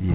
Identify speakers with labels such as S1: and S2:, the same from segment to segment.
S1: 以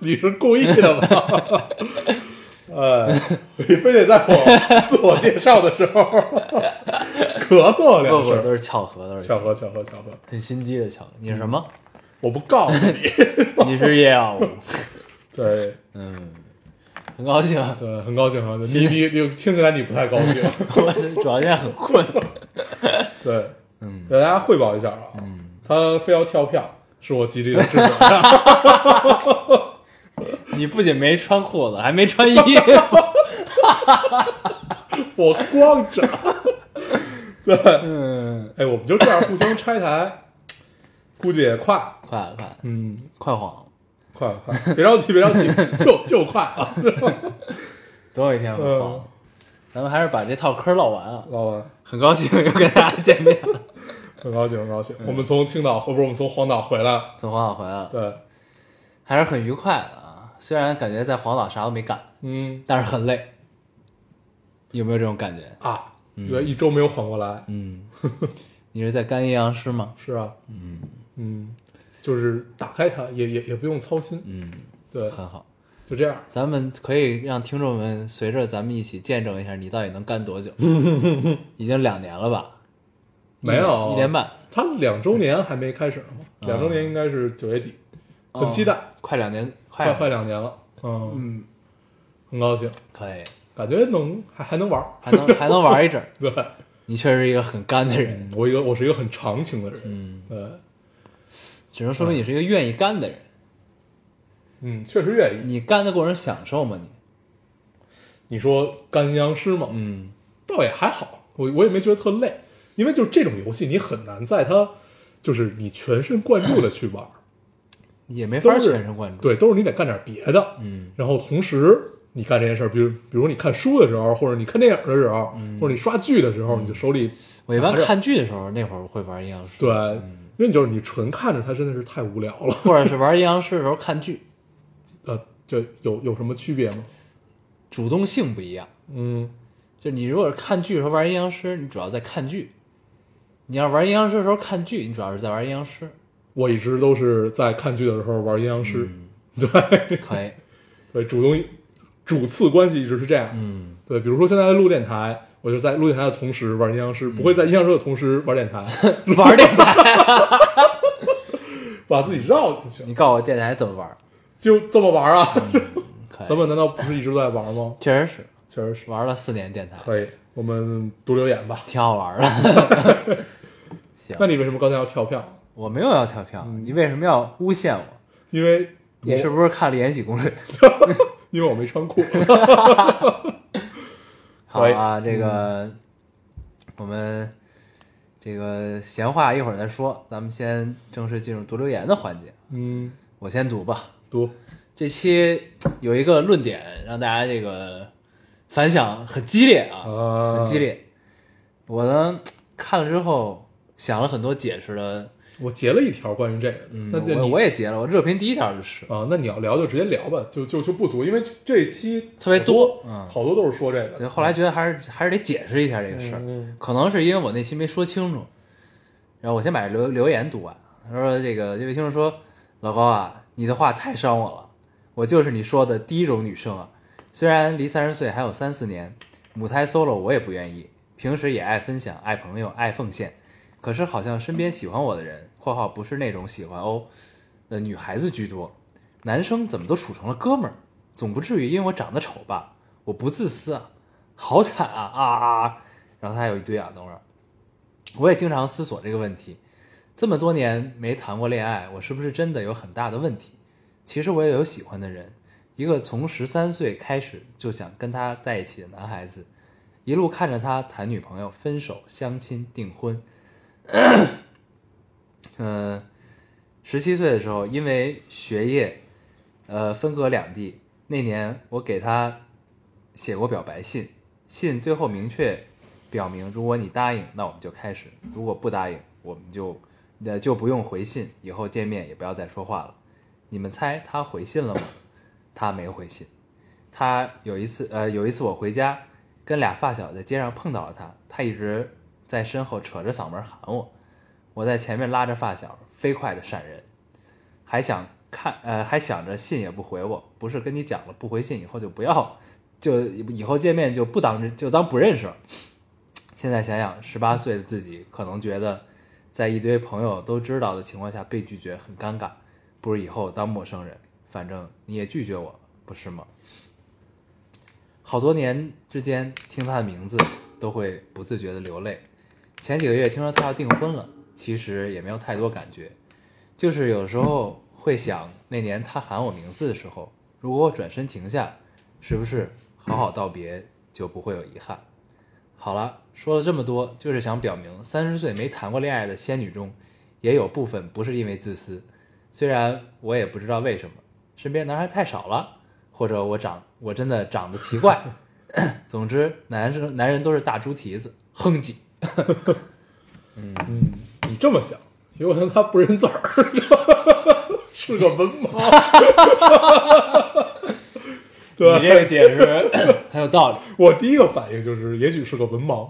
S2: 你是故意的吧？哎，你非得在我自我介绍的时 候咳嗽
S3: 不
S2: 两
S3: 不，都
S2: 声，
S3: 是巧合，都是
S2: 巧合巧合巧合，
S3: 很心机的巧合。你是什么？
S2: 我不告诉 你。
S3: 你是叶耀武。
S2: 对
S3: 嗯，很高兴，啊
S2: 对，很高兴很高兴。你你你听起来你不太高 兴，
S3: 我主要现在很困。
S2: 对，
S3: 嗯，
S2: 给大家汇报一下啊，嗯，他非要跳票，是我极力的支持。
S3: 你不仅没穿裤子，还没穿衣服。
S2: 我光着。 对，
S3: 嗯，
S2: 哎，我们就这样互相拆台，估计也快，
S3: 快了快了，
S2: 嗯，
S3: 快晃，
S2: 快快，别着急，别着急， 就就快啊！
S3: 总有一天会晃
S2: 嗯。
S3: 咱们还是把这套嗑唠完啊！
S2: 老板，
S3: 很高兴又跟大家见面了，
S2: 很高兴，很高兴。我们从青岛，或不是我们从黄岛回来，
S3: 从黄岛回来了，
S2: 对，
S3: 还是很愉快的啊。虽然感觉在黄岛啥都没干，
S2: 嗯
S3: 但是很累，有没有这种感觉？
S2: 啊，对，一周没有缓过来，
S3: 嗯， 你是在干阴阳师吗？
S2: 是啊，嗯嗯，就是打开它，也也也不用操心，
S3: 嗯，
S2: 对，
S3: 很好，
S2: 就这样，
S3: 咱们可以让听众们随着咱们一起见证一下你到底能干 多久。已经两年了吧？一
S2: 没
S3: 年
S2: 有
S3: 一年半，
S2: 它两周年还没开始呢吗？两周年应该是九月底，很期
S3: 哦
S2: 待，
S3: 快两年，快
S2: 快
S3: 了
S2: 快两年了，嗯，
S3: 啊嗯，
S2: 很高兴，
S3: 可以，
S2: 感觉能还还能玩儿，
S3: 还能 还能玩一阵儿。
S2: 对，
S3: 你确实是一个很干的人，
S2: 嗯我一个我是一个很长情的人，
S3: 嗯
S2: 对，
S3: 只能说明你是一个愿意干的人。
S2: 嗯，确实愿意。
S3: 你干的过程享受吗？你
S2: 你说干阴阳师吗？
S3: 嗯，
S2: 倒也还好，我我也没觉得特累，因为就是这种游戏，你很难在它就是你全神贯注的去玩，
S3: 也没
S2: 都
S3: 法
S2: 是
S3: 全神贯注。
S2: 对，都是你得干点别的，
S3: 嗯，
S2: 然后同时你干这件事儿，比如比如你看书的时候，或者你看电影的时候，或者你刷剧的时候，你就手里
S3: 嗯我一般
S2: 拿着
S3: 看嗯剧的时候，那会儿会玩阴阳师。
S2: 对，因为就是你纯看着它真的是太无聊了，
S3: 或者是玩阴阳师的时候看剧，
S2: 呃，这有有什么区别吗？
S3: 主动性不一样。
S2: 嗯，
S3: 就你如果是看剧的时候玩阴阳师，你主要在看剧；你要玩阴阳师的时候看剧，你主要是在玩阴阳师。
S2: 我一直都是在看剧的时候玩阴阳师，
S3: 嗯可以，
S2: 对，主动主次关系一直是这样，
S3: 嗯，
S2: 对，比如说现在录电台，我就在录电台的同时玩阴阳师，不会
S3: 嗯
S2: 在阴阳师的同时玩电台，
S3: 玩电台，
S2: 把自己绕进去，
S3: 你告诉我电台怎么玩？
S2: 就这么玩啊？
S3: 嗯可以，
S2: 咱们难道不是一直都在玩吗？
S3: 确实是
S2: 确实是，
S3: 玩了四年电台，
S2: 可以，我们读留言吧。
S3: 挺好玩的。 行
S2: 那，你为什么刚才要跳票？
S3: 我没有要跳票，你为什么要诬陷我？
S2: 因为我
S3: 你是不是看了《延禧攻略》？
S2: 因为我没穿裤。
S3: 好啊，这个、我们这个闲话一会儿再说，咱们先正式进入读留言的环节。
S2: 嗯，
S3: 我先读吧。
S2: 读
S3: 这期有一个论点让大家这个反响很激烈啊，
S2: 啊，
S3: 很激。烈。我呢看了之后想了很多解释的，
S2: 我截了一条关于这个的，
S3: 嗯，
S2: 那就
S3: 我
S2: 你
S3: 我也截了，我热评第一条就是，
S2: 啊，那你要聊就直接聊吧，就就就不读，因为这一期
S3: 特别
S2: 好
S3: 多
S2: 多，
S3: 嗯
S2: 好多都是说这
S3: 对，
S2: 个。
S3: 后来觉得还是还是得解释一下这个事儿，
S2: 嗯嗯
S3: 可能是因为我那期没说清楚，然后我先把留留言读完。他说这个这位听众说，老高啊，你的话太伤我了，我就是你说的第一种女生啊，虽然离三十岁还有三四年，母胎 solo 我也不愿意，平时也爱分享、爱朋友、爱奉献，可是好像身边喜欢我的人（括号不是那种喜欢哦的女孩子居多），男生怎么都处成了哥们儿，总不至于因为我长得丑吧？我不自私啊，好惨啊啊啊！然后他还有一堆啊，等会儿，我也经常思索这个问题。这么多年没谈过恋爱，我是不是真的有很大的问题？其实我也有喜欢的人，一个从十三岁开始就想跟他在一起的男孩子，一路看着他谈女朋友、分手、相亲、订婚。嗯、呃十七岁的时候，因为学业，呃，分隔两地。那年我给他写过表白信，信最后明确表明，如果你答应，那我们就开始；如果不答应，我们就呃就不用回信，以后见面也不要再说话了。你们猜他回信了吗？他没回信。他有一次，呃，有一次我回家跟俩发小在街上碰到了他，他一直在身后扯着嗓门喊我，我在前面拉着发小飞快的闪人，还想看，呃，还想着信也不回我，不是跟你讲了不回信以后就不要，就以后见面就不当就当不认识了。现在想想，十八岁的自己可能觉得，在一堆朋友都知道的情况下被拒绝很尴尬，不如以后当陌生人，反正你也拒绝我了，不是吗？好多年之间听他的名字都会不自觉的流泪。前几个月听说他要订婚了，其实也没有太多感觉，就是有时候会想，那年他喊我名字的时候，如果我转身停下，是不是好好道别就不会有遗憾？好了，说了这么多，就是想表明，三十岁没谈过恋爱的仙女中，也有部分不是因为自私。虽然我也不知道为什么，身边男孩太少了，或者我长我真的长得奇怪。 总之，男生男人都是大猪蹄子，哼唧。
S2: 嗯，你这么想，有可能他不认字儿， 是个文盲。对，
S3: 你这个解释很有道理。
S2: 我第一个反应就是，也许是个文盲；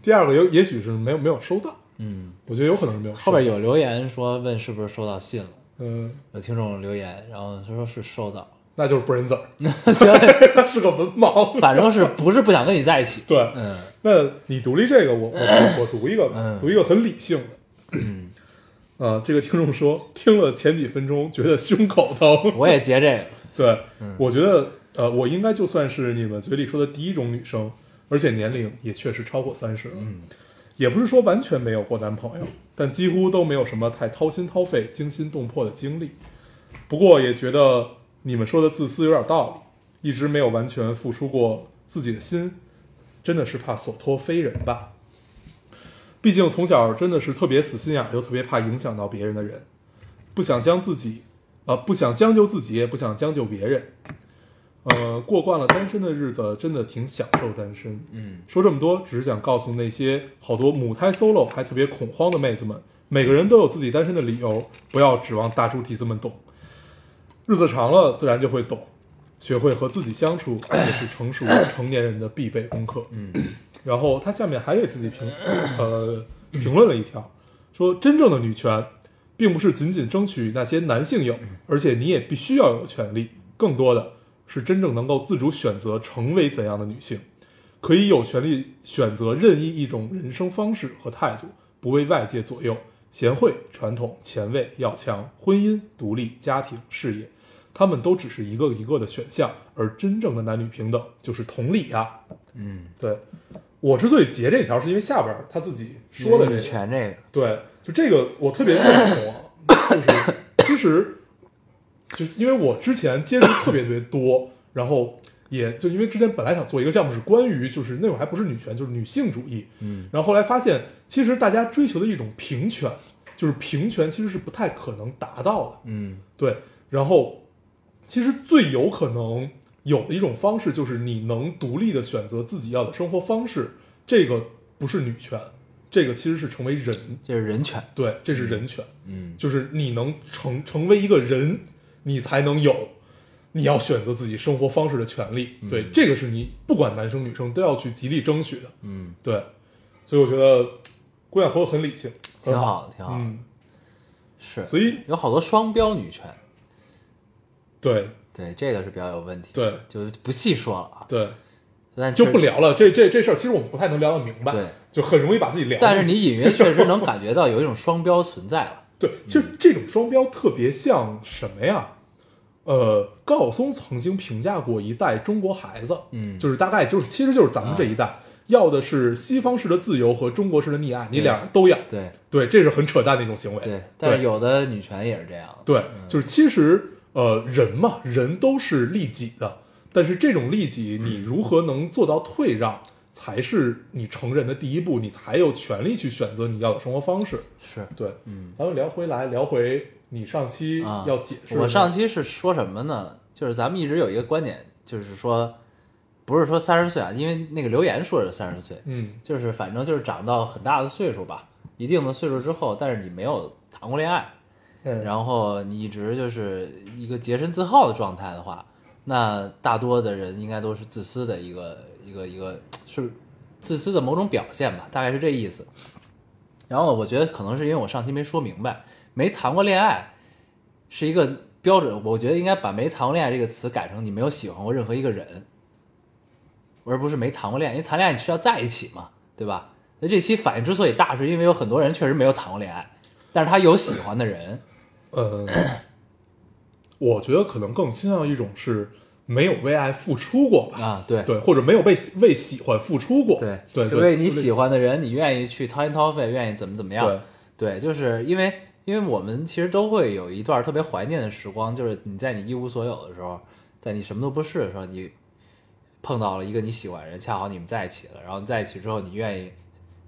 S2: 第二个有，也许是没有没有收到。
S3: 嗯，
S2: 我觉得有可能是没有收到。
S3: 后边有留言说问是不是收到信了，
S2: 嗯，
S3: 有听众留言，然后他说是收到，
S2: 那就是不认字儿，
S3: 行，
S2: 他 是个文盲。
S3: 反正是不是不想跟你在一起？
S2: 对，
S3: 嗯，
S2: 那你独立这个，我我我读一个吧，
S3: 嗯
S2: 读一个很理性的。啊，这个听众说，听了前几分钟，觉得胸口疼。
S3: 我也截这个。
S2: 对，我觉得呃，我应该就算是你们嘴里说的第一种女生，而且年龄也确实超过三十了。嗯，也不是说完全没有过男朋友，但几乎都没有什么太掏心掏肺、惊心动魄的经历。不过也觉得你们说的自私有点道理，一直没有完全付出过自己的心，真的是怕所托非人吧。毕竟从小真的是特别死心眼儿，又特别怕影响到别人的人，不想将自己，呃，不想将就自己，也不想将就别人。呃，过惯了单身的日子，真的挺享受单身。
S3: 嗯，
S2: 说这么多，只是想告诉那些好多母胎 solo 还特别恐慌的妹子们，每个人都有自己单身的理由，不要指望大猪蹄子们懂。日子长了，自然就会懂。学会和自己相处，也是成熟成年人的必备功课。嗯，然后他下面还给自己评呃评论了一条，说真正的女权，并不是仅仅争取那些男性有，
S3: 嗯
S2: 而且你也必须要有权利，更多的是真正能够自主选择成为怎样的女性，可以有权利选择任意一种人生方式和态度，不为外界左右。贤惠、传统、前卫、要强，婚姻、独立、家庭、事业，他们都只是一个一个的选项，而真正的男女平等就是同理啊。
S3: 嗯，
S2: 对，我之所以截这条，是因为下边儿他自己 说的这
S3: 女
S2: 个，
S3: 权这个，
S2: 对，就这个我特别认同啊，就是 其实就因为我之前接触特别特别多，然后也就因为之前本来想做一个项目是关于就是那会儿还不是女权，就是女性主义，
S3: 嗯，
S2: 然后后来发现其实大家追求的一种平权，就是平权其实是不太可能达到的，
S3: 嗯
S2: 对，然后其实最有可能有的一种方式就是你能独立的选择自己要的生活方式，这个不是女权，这个其实是成为人，
S3: 这是人权。
S2: 对，这是人权，
S3: 嗯
S2: 就是你能成成为一个人，你才能有你要选择自己生活方式的权利，
S3: 嗯
S2: 对，这个是你不管男生女生都要去极力争取的，
S3: 嗯，
S2: 对，所以我觉得姑娘活得很理性，很
S3: 挺好的，挺好的。
S2: 嗯，
S3: 是，
S2: 所以
S3: 有好多双标女权，
S2: 对
S3: 对这个是比较有问题。，
S2: 对
S3: 就不细说了啊，
S2: 对。
S3: 但
S2: 就
S3: 确
S2: 不
S3: 实。
S2: 聊了。这这这事儿，其实我们不太能聊得明白，
S3: 对，
S2: 就很容易把自己聊进去。
S3: 但是你隐 约确实能感觉到有一种双标存在了。
S2: 对，其
S3: 嗯
S2: 实这种双标特别像什么呀？呃，高晓松曾经评价过一代中国孩子，
S3: 嗯啊
S2: 就是大概就是其实就是咱们这一代、要的是西方式的自由和中国式的溺爱，你
S3: 对
S2: 两样都要。
S3: 对
S2: 对，这是很扯淡的一种行为。
S3: 对，嗯但是有的女权也是这样的。
S2: 对，就是其实呃，人嘛，人都是利己的，但是这种利己，
S3: 嗯
S2: 你如何能做到退让，才是你成人的第一步，你才有权利去选择你要的生活方式。
S3: 是，
S2: 对，嗯，咱们聊回来，聊回你上期
S3: 啊
S2: 要解释的那个、
S3: 我上期是说什么呢？就是咱们一直有一个观点，就是说，不是说三十岁啊，因为那个留言说是三十岁，
S2: 嗯
S3: 就是反正就是长到很大的岁数吧，一定的岁数之后，但是你没有谈过恋爱，
S2: 嗯，
S3: 然后你一直就是一个洁身自好的状态的话，那大多的人应该都是自私的一个一个一个是自私的某种表现吧，大概是这意思。然后我觉得可能是因为我上期没说明白，没谈过恋爱是一个标准，我觉得应该把“没谈过恋爱”这个词改成你没有喜欢过任何一个人，而不是没谈过恋爱。因为谈恋爱你是要在一起嘛，对吧？那这期反应之所以大，是因为有很多人确实没有谈过恋爱，但是他有喜欢的人。
S2: 呃，我觉得可能更倾向于一种是没有为爱付出过吧，
S3: 啊，对
S2: 对，或者没有为为喜欢付出过，
S3: 对
S2: 对，
S3: 就为你喜欢的人，你愿意去掏心掏肺，愿意怎么怎么
S2: 对
S3: 样，对，就是因为因为我们其实都会有一段特别怀念的时光，就是你在你一无所有的时候，在你什么都不是的时候，你碰到了一个你喜欢的人，恰好你们在一起了，然后你在一起之后，你愿意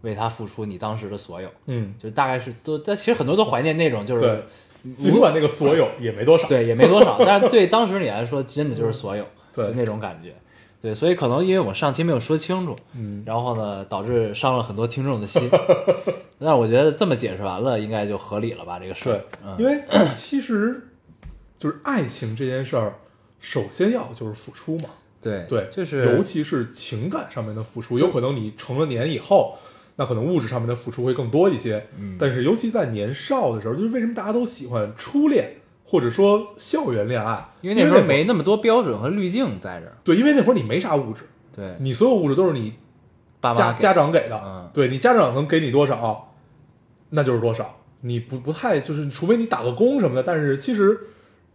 S3: 为他付出你当时的所有，
S2: 嗯，
S3: 就大概是都，但其实很多都怀念那种就是啊
S2: 对，尽管那个所有也没多 少，
S3: 对，也没多少，但是对当时你来说，真的就是所有，
S2: 对
S3: 就那种感觉。对，所以可能因为我上期没有说清楚，
S2: 嗯，
S3: 然后呢，导致伤了很多听众的 心。但是我觉得这么解释完了，应该就合理了吧？这个事儿
S2: 对，，因为其实就是爱情这件事儿，首先要就是付出嘛，
S3: 对
S2: 对，
S3: 就是
S2: 尤其是情感上面的付出，有可能你成了年以后，那可能物质上面的付出会更多一些。嗯，但是尤其在年少的时候，就是为什么大家都喜欢初恋，或者说校园恋爱，
S3: 因
S2: 因
S3: 为那时候
S2: 会
S3: 没那么多标准和滤镜在这儿，
S2: 对，因为那会儿你没啥物质，
S3: 对，
S2: 你所有物质都是你
S3: 爸
S2: 家
S3: 妈给
S2: 家长给的，
S3: 嗯
S2: 对你家长能给你多少，那就是多少。你不不太就是，除非你打个工什么的，但是其实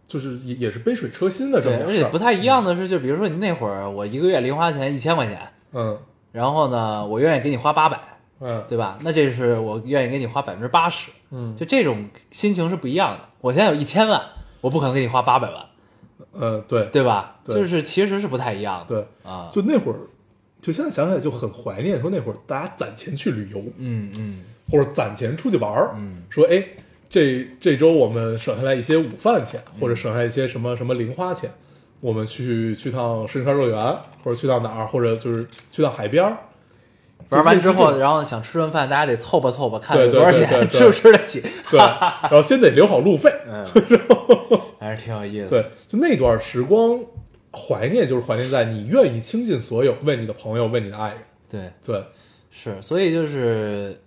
S2: 就是也也是杯水车薪的这么
S3: 对，
S2: 点
S3: 而
S2: 事
S3: 且
S2: 儿
S3: 不太一样的是，就比如说你那会儿，我一个月零花钱一千块钱，
S2: 嗯
S3: 然后呢，我愿意给你花八百，
S2: 嗯
S3: 对吧？那这是我愿意给你花百分之八十，
S2: 嗯
S3: 就这种心情是不一样的。我现在有一千万，我不可能给你花八百万，
S2: 呃对
S3: 对吧？
S2: 对
S3: 就是其实是不太一样的。
S2: 对，
S3: 啊，
S2: 就那会儿，就现在想起来就很怀念，说那会儿大家攒钱去旅游，
S3: 嗯嗯，
S2: 或者攒钱出去玩儿，
S3: 嗯，
S2: 说哎，这这周我们省下来一些午饭钱，或者省下来一些什么什么零花钱，我们去去趟深山乐园，或者去到哪儿，或者就是去到海边儿。
S3: 玩完之
S2: 就
S3: 后，
S2: 类似
S3: 然后想吃顿饭，大家得凑吧凑吧，看
S2: 对
S3: 有
S2: 对
S3: 多少
S2: 对对
S3: 钱，
S2: 对
S3: 吃不吃得起。
S2: 这种对，然后先得留好路费，
S3: 嗯，
S2: 嗯
S3: 还是挺有意思的。
S2: 对，就那段时光，怀念就是怀念在你愿意倾尽所有为你的朋友，为你的爱人，
S3: 对
S2: 对，
S3: 是，所以就是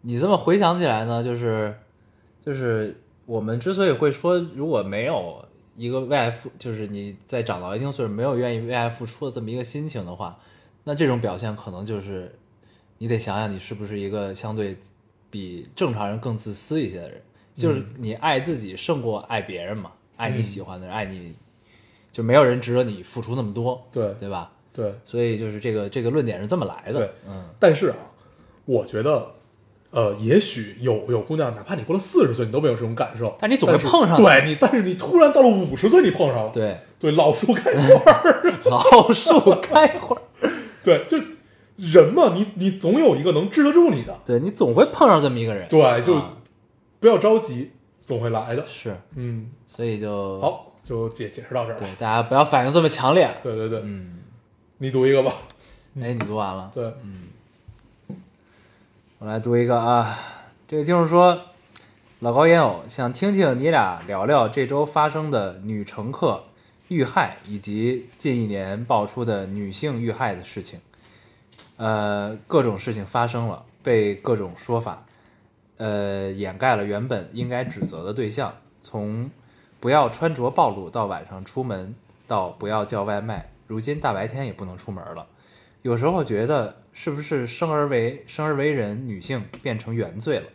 S3: 你这么回想起来呢，就是就是我们之所以会说，如果没有一个为爱付，就是你在长到一定岁数没有愿意为爱付出的这么一个心情的话，那这种表现可能就是你得想想你是不是一个相对比正常人更自私一些的人，就是你爱自己胜过爱别人嘛，爱你喜欢的人，爱你就没有人值得你付出那么多，
S2: 对
S3: 对吧？
S2: 对，
S3: 所以就是这个这个论点是这么来
S2: 对
S3: 的，嗯。
S2: 但是啊，我觉得，呃，也许有有姑娘，哪怕你过了四十岁，你都没有这种感受，
S3: 但你总会
S2: 是
S3: 碰上
S2: 对你，但是你突然到了五十岁，你碰上了，
S3: 对，
S2: 对，老树开花 儿，
S3: 老树开花儿。
S2: 对，就人嘛，你你总有一个能治得住你的，
S3: 对你总会碰上这么一个人。
S2: 对，就
S3: 啊
S2: 不要着急，总会来的，
S3: 是，
S2: 嗯，
S3: 所以就，
S2: 好，就解解释到这儿吧
S3: 对，大家不要反应这么强烈。
S2: 对对对，
S3: 嗯，
S2: 你读一个吧，
S3: 哎，你读完了，
S2: 对，
S3: 我来读一个啊。这位听众说，老高烟友想听听你俩聊聊这周发生的女乘客遇害，以及近一年爆出的女性遇害的事情。呃，各种事情发生了，被各种说法，呃，掩盖了原本应该指责的对象，从不要穿着暴露到晚上出门，到不要叫外卖，如今大白天也不能出门了。有时候觉得是不是生而为生而为人，女性变成原罪了？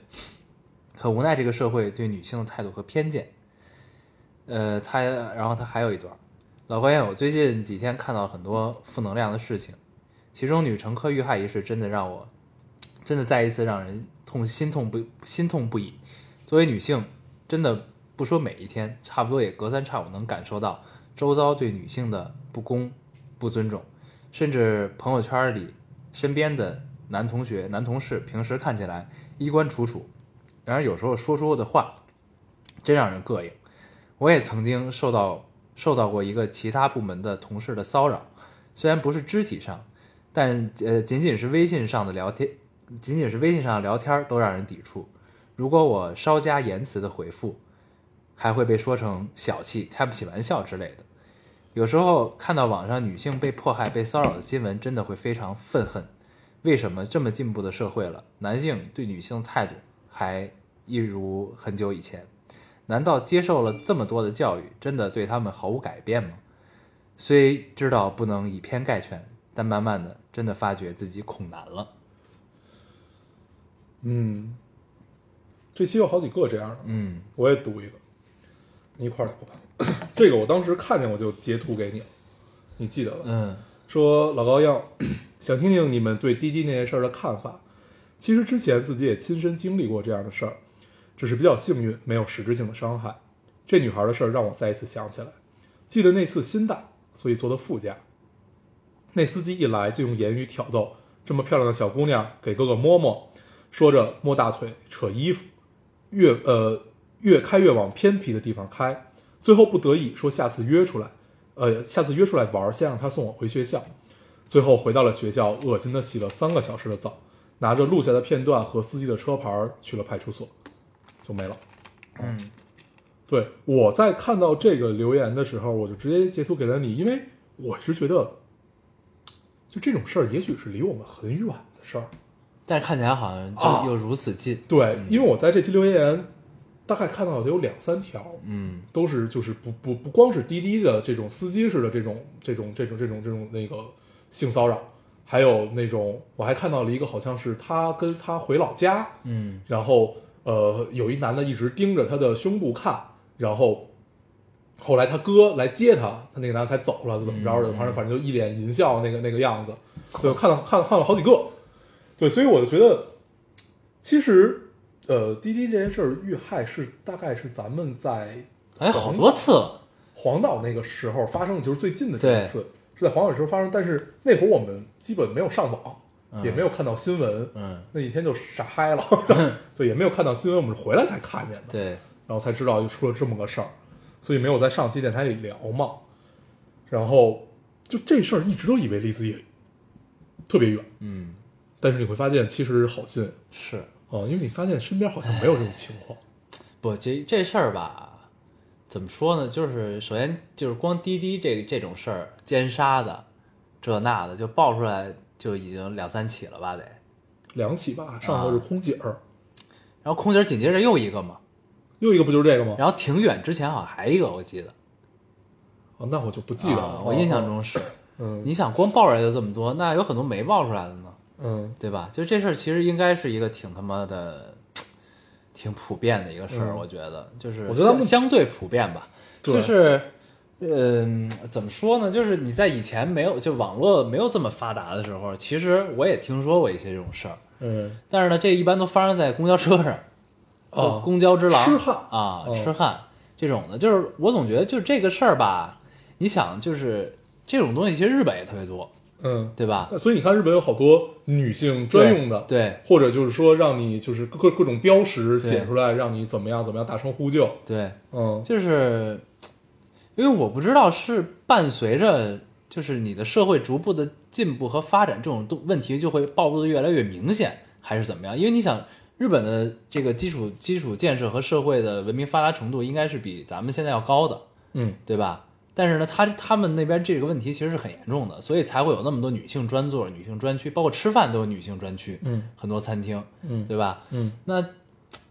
S3: 很无奈这个社会对女性的态度和偏见。呃，他然后他还有一段，老高烟友最近几天看到很多负能量的事情，其中女乘客遇害一事真的让我，真的再一次让人痛心痛不心痛不已。作为女性，真的不说每一天，差不多也隔三差五能感受到周遭对女性的不公、不尊重，甚至朋友圈里身边的男同学、男同事，平时看起来衣冠楚楚，然而有时候说出的话，真让人膈应。我也曾经受到受到过一个其他部门的同事的骚扰，虽然不是肢体上，但呃，仅仅是微信上的聊天，仅仅是微信上的聊天都让人抵触。如果我稍加言辞的回复，还会被说成小气、开不起玩笑之类的。有时候看到网上女性被迫害、被骚扰的新闻，真的会非常愤恨。为什么这么进步的社会了，男性对女性的态度还一如很久以前？难道接受了这么多的教育，真的对他们毫无改变吗？虽知道不能以偏概全，但慢慢的，真的发觉自己恐难了。
S2: 嗯，这期有好几个这样的，
S3: 嗯
S2: 我也读一个，你一块儿来吧。 这个我当时看见我就截图给你了，你记得吧？
S3: 嗯
S2: 说老高要 想听听你们对滴滴那件事儿的看法。其实之前自己也亲身经历过这样的事儿，只是比较幸运，没有实质性的伤害。这女孩的事儿让我再一次想起来，记得那次心大，所以坐的副驾。那司机一来就用言语挑逗，这么漂亮的小姑娘给哥哥摸摸，说着摸大腿、扯衣服，越呃越开越往偏僻的地方开，最后不得已说下次约出来，呃下次约出来玩儿，先让他送我回学校。最后回到了学校，恶心的洗了三个小时的澡，拿着录下的片段和司机的车牌儿去了派出所，就没了。
S3: 嗯
S2: 对我在看到这个留言的时候，我就直接截图给了你，因为我是觉得，就这种事儿也许是离我们很远的事儿。
S3: 但是看起来好像
S2: 啊
S3: 就又如此近。
S2: 对，因为我在这期留言大概看到的有两三条，
S3: 嗯
S2: 都是就是不不不光是滴滴的这种司机式的这种这种这种这种这种那个性骚扰，还有那种我还看到了一个好像是他跟他回老家，
S3: 嗯
S2: 然后呃有一男的一直盯着他的胸部看，然后后来他哥来接他，他那个男的才走了，怎么着的，反正反正就一脸淫笑那个那个 样子，对，看了看了看了好几个，对，所以我就觉得其实呃滴滴这件事儿遇害是大概是咱们在。
S3: 哎，好多次了。
S2: 黄岛那个时候发生，就是最近的这一次是在黄岛的时候发生，但是那会儿我们基本没有上网，
S3: 嗯
S2: 也没有看到新闻，
S3: 嗯，
S2: 那一天就傻嗨 了，对，也没有看到新闻，我们是回来才看见的，
S3: 对，
S2: 然后才知道又出了这么个事儿，所以没有在上期电台里聊嘛。然后就这事儿一直都以为离自己特别远，
S3: 嗯
S2: 但是你会发现其实好近
S3: 是。
S2: 哦、因为你发现身边好像没有这种情况，
S3: 不，这这事儿吧，怎么说呢？就是首先就是光滴滴这这种事儿，奸杀的，这那的，就爆出来就已经两三起了吧得。
S2: 两起吧，上头是空姐儿，
S3: 然后空姐儿紧接着又一个嘛，
S2: 又一个不就是这个吗？
S3: 然后挺远之前好像还一个，我记得，
S2: 哦，那我就不记得了，
S3: 啊我印象中是。
S2: 嗯，
S3: 你想光爆出来就这么多，那有很多没爆出来的呢，
S2: 嗯
S3: 对吧？就这事儿其实应该是一个挺他妈的，挺普遍的一个事儿，
S2: 嗯
S3: 我觉得就是
S2: 我觉得他
S3: 相
S2: 们
S3: 相对普遍吧，
S2: 对
S3: 就是。嗯，怎么说呢？就是你在以前没有就网络没有这么发达的时候，其实我也听说过一些这种事儿，
S2: 嗯
S3: 但是呢，这一般都发生在公交车上，
S2: 哦
S3: 公交之狼，
S2: 痴汉
S3: 啊，
S2: 哦
S3: 痴汉这种的，就是我总觉得就这个事儿吧，你想就是这种东西，其实日本也特别多，
S2: 嗯，
S3: 对吧？
S2: 那所以你看，日本有好多女性专用的，
S3: 对
S2: 或者就是说让你就是各各各种标识写出来，让你怎么样怎么样大声呼救，
S3: 对，
S2: 嗯
S3: 就是因为我不知道是伴随着就是你的社会逐步的进步和发展，这种东问题就会暴露的越来越明显，还是怎么样？因为你想，日本的这个基础基础建设和社会的文明发达程度，应该是比咱们现在要高的，
S2: 嗯
S3: 对吧？但是呢，他他们那边这个问题其实是很严重的，所以才会有那么多女性专座、女性专区，包括吃饭都有女性专区，
S2: 嗯
S3: 很多餐厅，
S2: 嗯
S3: 对吧？
S2: 嗯
S3: 那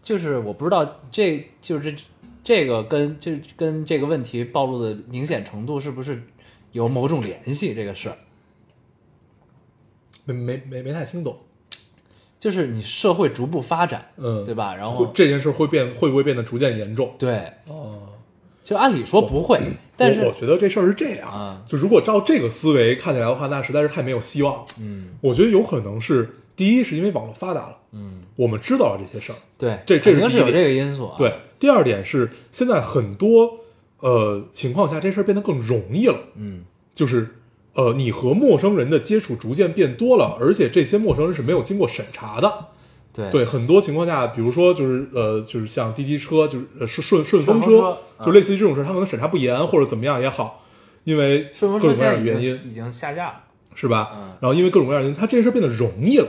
S3: 就是我不知道这就是这这个跟这跟这个问题暴露的明显程度是不是有某种联系？这个事儿
S2: 没没没没太听懂，
S3: 就是你社会逐步发展，
S2: 嗯，
S3: 对吧？然
S2: 会
S3: 后
S2: 这件事会变会不会变得逐渐严重？
S3: 对，
S2: 哦，
S3: 就按理说不会，但
S2: 我
S3: 是
S2: 我觉得这事儿是这样，
S3: 啊
S2: 就如果照这个思维看起来的话，那实在是太没有希望了。
S3: 嗯
S2: 我觉得有可能是第一是因为网络发达了，
S3: 嗯，
S2: 我们知道了这些事儿，
S3: 对，
S2: 这这是
S3: 肯定是有
S2: 第一
S3: 这个因素啊。
S2: 对，，第二点是现在很多呃情况下，这事儿变得更容易了，
S3: 嗯
S2: 就是呃你和陌生人的接触逐渐变多了，而且这些陌生人是没有经过审查的，
S3: 对
S2: 对，很多情况下，比如说就是呃，就是像滴滴车，就是呃是顺顺风
S3: 顺风车
S2: 就
S3: 啊
S2: 类似于这种事儿，他可能审查不严或者怎么样也好，因为
S3: 顺风车
S2: 各
S3: 现
S2: 种各
S3: 在已
S2: 样的原
S3: 经
S2: 因
S3: 已经下架了，
S2: 是吧？
S3: 嗯
S2: 然后因为各种各样的原因，他这件事儿变得容易了，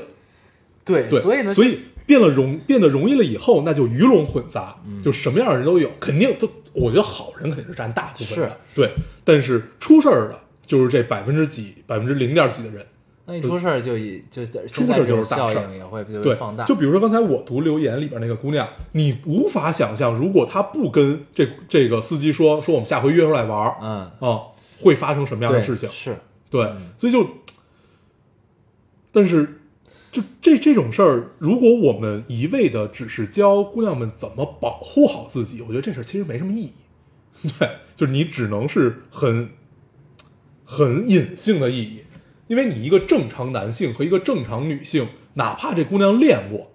S3: 对
S2: 对，
S3: 所以呢，
S2: 所以变得容变得容易了以后，那就鱼龙混杂，
S3: 嗯
S2: 就什么样的人都有，肯定都我觉得好人肯定是占大部分的，
S3: 是
S2: 对，但是出事儿的就是这百分之几、百分之零点几的人，
S3: 那一出事儿就以就现
S2: 出事
S3: 在
S2: 儿
S3: 这
S2: 就
S3: 种
S2: 是大
S3: 效
S2: 事儿
S3: 应也会就
S2: 对
S3: 会放大，，
S2: 就比如说刚才我读留言里边那个姑娘，你无法想象，如果她不跟这这个司机说说我们下回约出来玩儿
S3: 嗯，
S2: 啊，会发生什么样的
S3: 对，
S2: 事情？
S3: 是
S2: 对，
S3: 嗯
S2: 所以就，但是就这这种事儿，如果我们一味的只是教姑娘们怎么保护好自己，我觉得这事儿其实没什么意义。 对，就是你只能是很很隐性的意义，因为你一个正常男性和一个正常女性，哪怕这姑娘练过，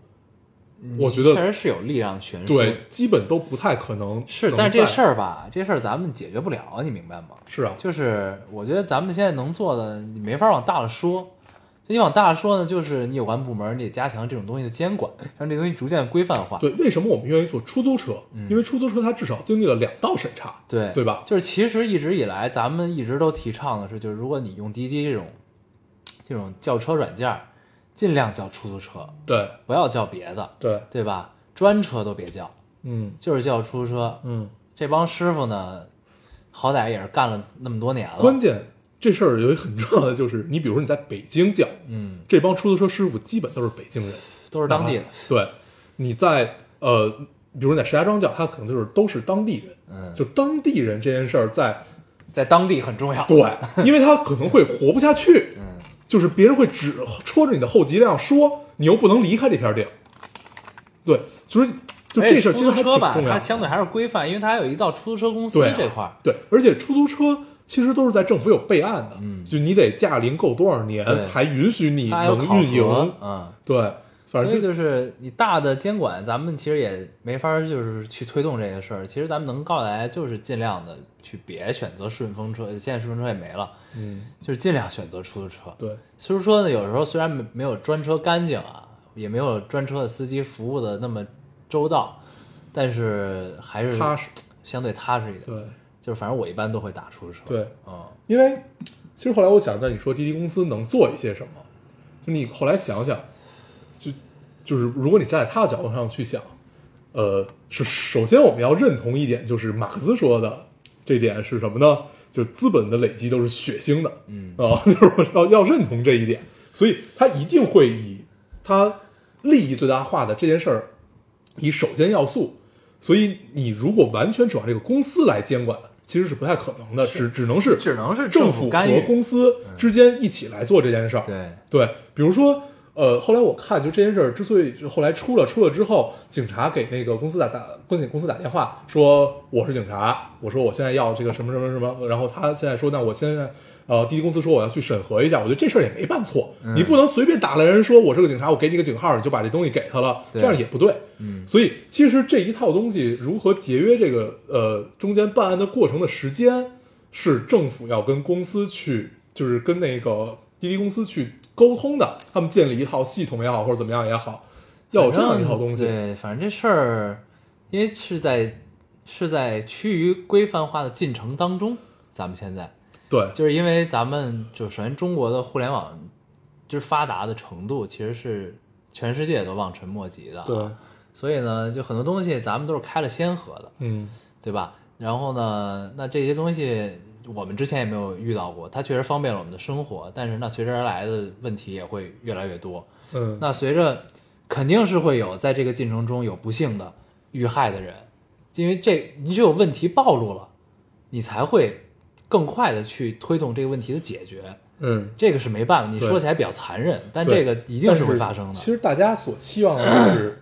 S2: 我觉
S3: 嗯确
S2: 得
S3: 实是有力量悬殊，
S2: 对，基本都不太可能
S3: 是，
S2: 能
S3: 但是这
S2: 在
S3: 事儿吧，这事儿咱们解决不了，你明白吗？
S2: 是啊，
S3: 就是我觉得咱们现在能做的，你没法往大了说。就你往大了说呢，就是你有关部门你得加强这种东西的监管，让这东西逐渐规范化。
S2: 对，为什么我们愿意坐出租车？
S3: 嗯
S2: 因为出租车它至少经历了两道审查，
S3: 对
S2: 对吧
S3: 就是其实一直以来，咱们一直都提倡的是，就是如果你用滴滴这种这种叫车软件儿，尽量叫出租车，
S2: 对
S3: 不要叫别的，
S2: 对，
S3: 对吧？专车都别叫，
S2: 嗯
S3: 就是叫出租车。
S2: 嗯，
S3: 这帮师傅呢，好歹也是干了那么多年了，
S2: 关键这事儿有一个很重要的就是，你比如说你在北京叫，
S3: 嗯，
S2: 这帮出租车师傅基本都是北京人，
S3: 都是当地的
S2: 哪怕。对，你在呃，比如你在石家庄叫，他可能就是都是当地人，
S3: 嗯
S2: 就当地人这件事儿在
S3: 在当地很重要。
S2: 对，因为他可能会活不下去，
S3: 嗯，
S2: 就是别人会指戳着你的后脊梁说，你又不能离开这片地儿，对，所以就
S3: 而且
S2: 这事儿其
S3: 哎出租
S2: 实还挺
S3: 车吧，
S2: 重要
S3: 它
S2: 的。
S3: 相对还是规范，因为它有一到出租车公司
S2: 对啊
S3: 这块儿。
S2: 对，而且出租车其实都是在政府有备案的，
S3: 嗯
S2: 就你得驾龄够多少年
S3: 对
S2: 才允许你
S3: 它还有
S2: 能
S3: 考
S2: 运营
S3: 核，，嗯，
S2: 对，
S3: 所
S2: 反正
S3: 以就是你大的监管，咱们其实也没法儿就是去推动这个事儿。其实咱们能告来就是尽量的去别选择顺风车，现在顺风车也没了，
S2: 嗯，
S3: 就是尽量选择出租车。
S2: 对，
S3: 所以说呢，有时候虽然没没有专车干净啊，也没有专车的司机服务的那么周到，但是还是
S2: 踏实，
S3: 相对踏实一点。
S2: 对
S3: 就是反正我一般都会打出租车。，
S2: 对，
S3: 嗯，
S2: 因为其实后来我想，那你说滴滴公司能做一些什么？就你后来想想，就就是如果你站在他的角度上去想，呃，是首先我们要认同一点，就是马克思说的这点是什么呢？就是资本的累积都是血腥的，
S3: 嗯
S2: 啊， 就是我要要认同这一点，所以他一定会以他利益最大化的这件事儿以首先要素，所以你如果完全指望这个公司来监管，其实是不太可能的，只只能是
S3: 只能是
S2: 政
S3: 府
S2: 府
S3: 干
S2: 和
S3: 预。嗯
S2: 公司之间一起来做这件事儿。
S3: 对，
S2: 对，比如说，呃，后来我看就这件事儿之所以就后来出了，出了之后，警察给那个公司打打关警公司打电话说我是警察，我说我现在要这个什么什么什么，然后他现在说那我现在。呃，滴滴公司说我要去审核一下，我觉得这事儿也没办错，
S3: 嗯
S2: 你不能随便打来人说我是个警察，我给你个警号，你就把这东西给他了，这
S3: 对
S2: 样也不对。
S3: 嗯，
S2: 所以其实这一套东西如何节约这个呃中间办案的过程的时间，是政府要跟公司去，就是跟那个滴滴公司去沟通的，他们建立一套系统也好，或者怎么样也好，要有这样一套
S3: 反
S2: 东
S3: 正
S2: 西。
S3: 对，反正这事儿，因为是在是在趋于规范化的进程当中，咱们现在
S2: 对
S3: 就是因为咱们就首先中国的互联网之发达的程度，其实是全世界都望尘莫及的、啊。
S2: 对，，
S3: 所以呢，就很多东西咱们都是开了先河的。
S2: 嗯，
S3: 对吧？然后呢，那这些东西我们之前也没有遇到过，它确实方便了我们的生活，但是那随之而来的问题也会越来越多。
S2: 嗯，
S3: 那随着肯定是会有在这个进程中有不幸的遇害的人，因为这你只有问题暴露了，你才会更快的去推动这个问题的解决。
S2: 嗯，
S3: 这个是没办法，你
S2: 对
S3: 说起来比较残忍，但这
S2: 对
S3: 个一定
S2: 但是
S3: 会发生的
S2: 其。实大家所期望的就是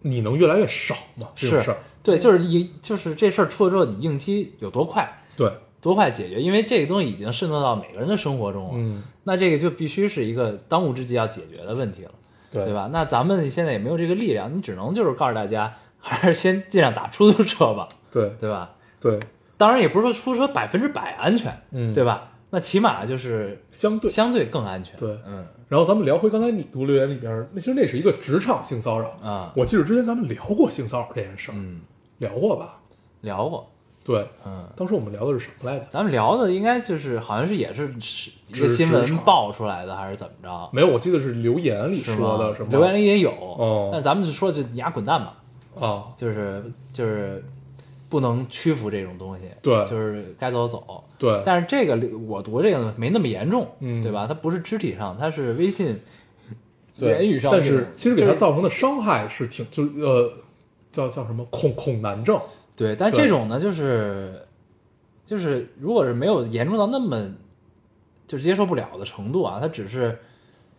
S2: 你能越来越少嘛，这种
S3: 是
S2: 事儿。
S3: 对，就是一就是这事儿出了之后，你应激有多快，
S2: 对，
S3: 多快解决，因为这个东西已经渗透到每个人的生活中了。
S2: 嗯，
S3: 那这个就必须是一个当务之急要解决的问题了，
S2: 对
S3: 对？吧？那咱们现在也没有这个力量，你只能就是告诉大家，还是先尽量打出租车吧，
S2: 对
S3: 对吧？
S2: 对
S3: 当然也不是说出租车百分之百安全，
S2: 嗯
S3: 对吧？那起码就是
S2: 相对。
S3: 相对更安全。
S2: 对
S3: 嗯
S2: 然后咱们聊回刚才你读留言里边，那其实那是一个职场性骚扰
S3: 啊
S2: 我记得之前咱们聊过性骚扰这件事儿，
S3: 嗯，
S2: 聊过吧？
S3: 聊过，
S2: 对，
S3: 嗯，
S2: 当时我们聊的是什么来着？
S3: 咱们聊的应该就是好像是也是是一个
S2: 职
S3: 新
S2: 职
S3: 闻
S2: 场
S3: 爆出来的，还是怎么着？
S2: 没有，我记得是留言里
S3: 是
S2: 说的
S3: 吗
S2: 什么？
S3: 留言里也有，
S2: 哦
S3: 但是咱们就说就你丫滚蛋吧，
S2: 啊，
S3: 就是就是不能屈服这种东西，
S2: 对
S3: 就是该走走。
S2: 对，
S3: 但是这个里我读这个呢没那么严重，
S2: 嗯
S3: 对吧？它不是肢体上，它是微信
S2: 对
S3: 言语上
S2: 但
S3: 这种，
S2: 是其实给他
S3: 就是
S2: 造成的伤害是挺，就是呃，叫叫什么恐恐难症，
S3: 对，但
S2: 对
S3: 这种呢就是就是如果是没有严重到那么就是接受不了的程度啊，它只是。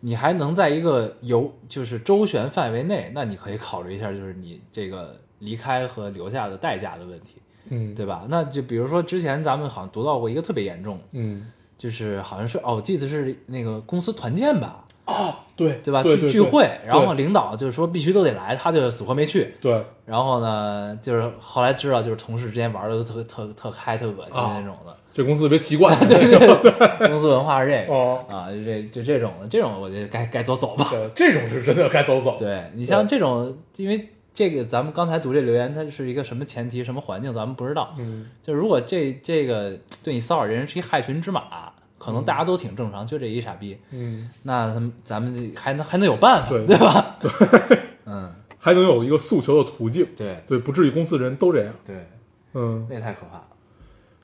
S3: 你还能在一个游就是周旋范围内，那你可以考虑一下，就是你这个离开和留下的代价的问题。
S2: 嗯，，
S3: 对吧？那就比如说之前咱们好像读到过一个特别严重，
S2: 嗯，
S3: 就是好像是哦，我记得是那个公司团建吧，
S2: 对，
S3: 对吧？
S2: 对
S3: 聚聚会，然后
S2: 对
S3: 领导就是说必须都得来，他就死活没去。
S2: 对
S3: 然后呢，就是后来知道，就是同事之间玩的都特特特嗨、特恶心
S2: 啊
S3: 那种的。
S2: 这公司特别奇怪，
S3: 公司文化是这个
S2: 哦
S3: 啊，就这就这种的，这种我觉得该该走走吧。
S2: 对，这种是真的该走走，
S3: 对你像这种，因为这个咱们刚才读这留言，它是一个什么前提、什么环境，咱们不知道。
S2: 嗯，
S3: 就如果这这个对你骚扰这人是一害群之马，可能大家都挺正常，就这一傻逼，
S2: 嗯，
S3: 那咱们咱们这还能还能有办法，
S2: 对
S3: 对吧？对，嗯，
S2: 还能有一个诉求的途径，
S3: 对
S2: 对，不至于公司的人都这样，
S3: 对，
S2: 嗯，
S3: 那太可怕了，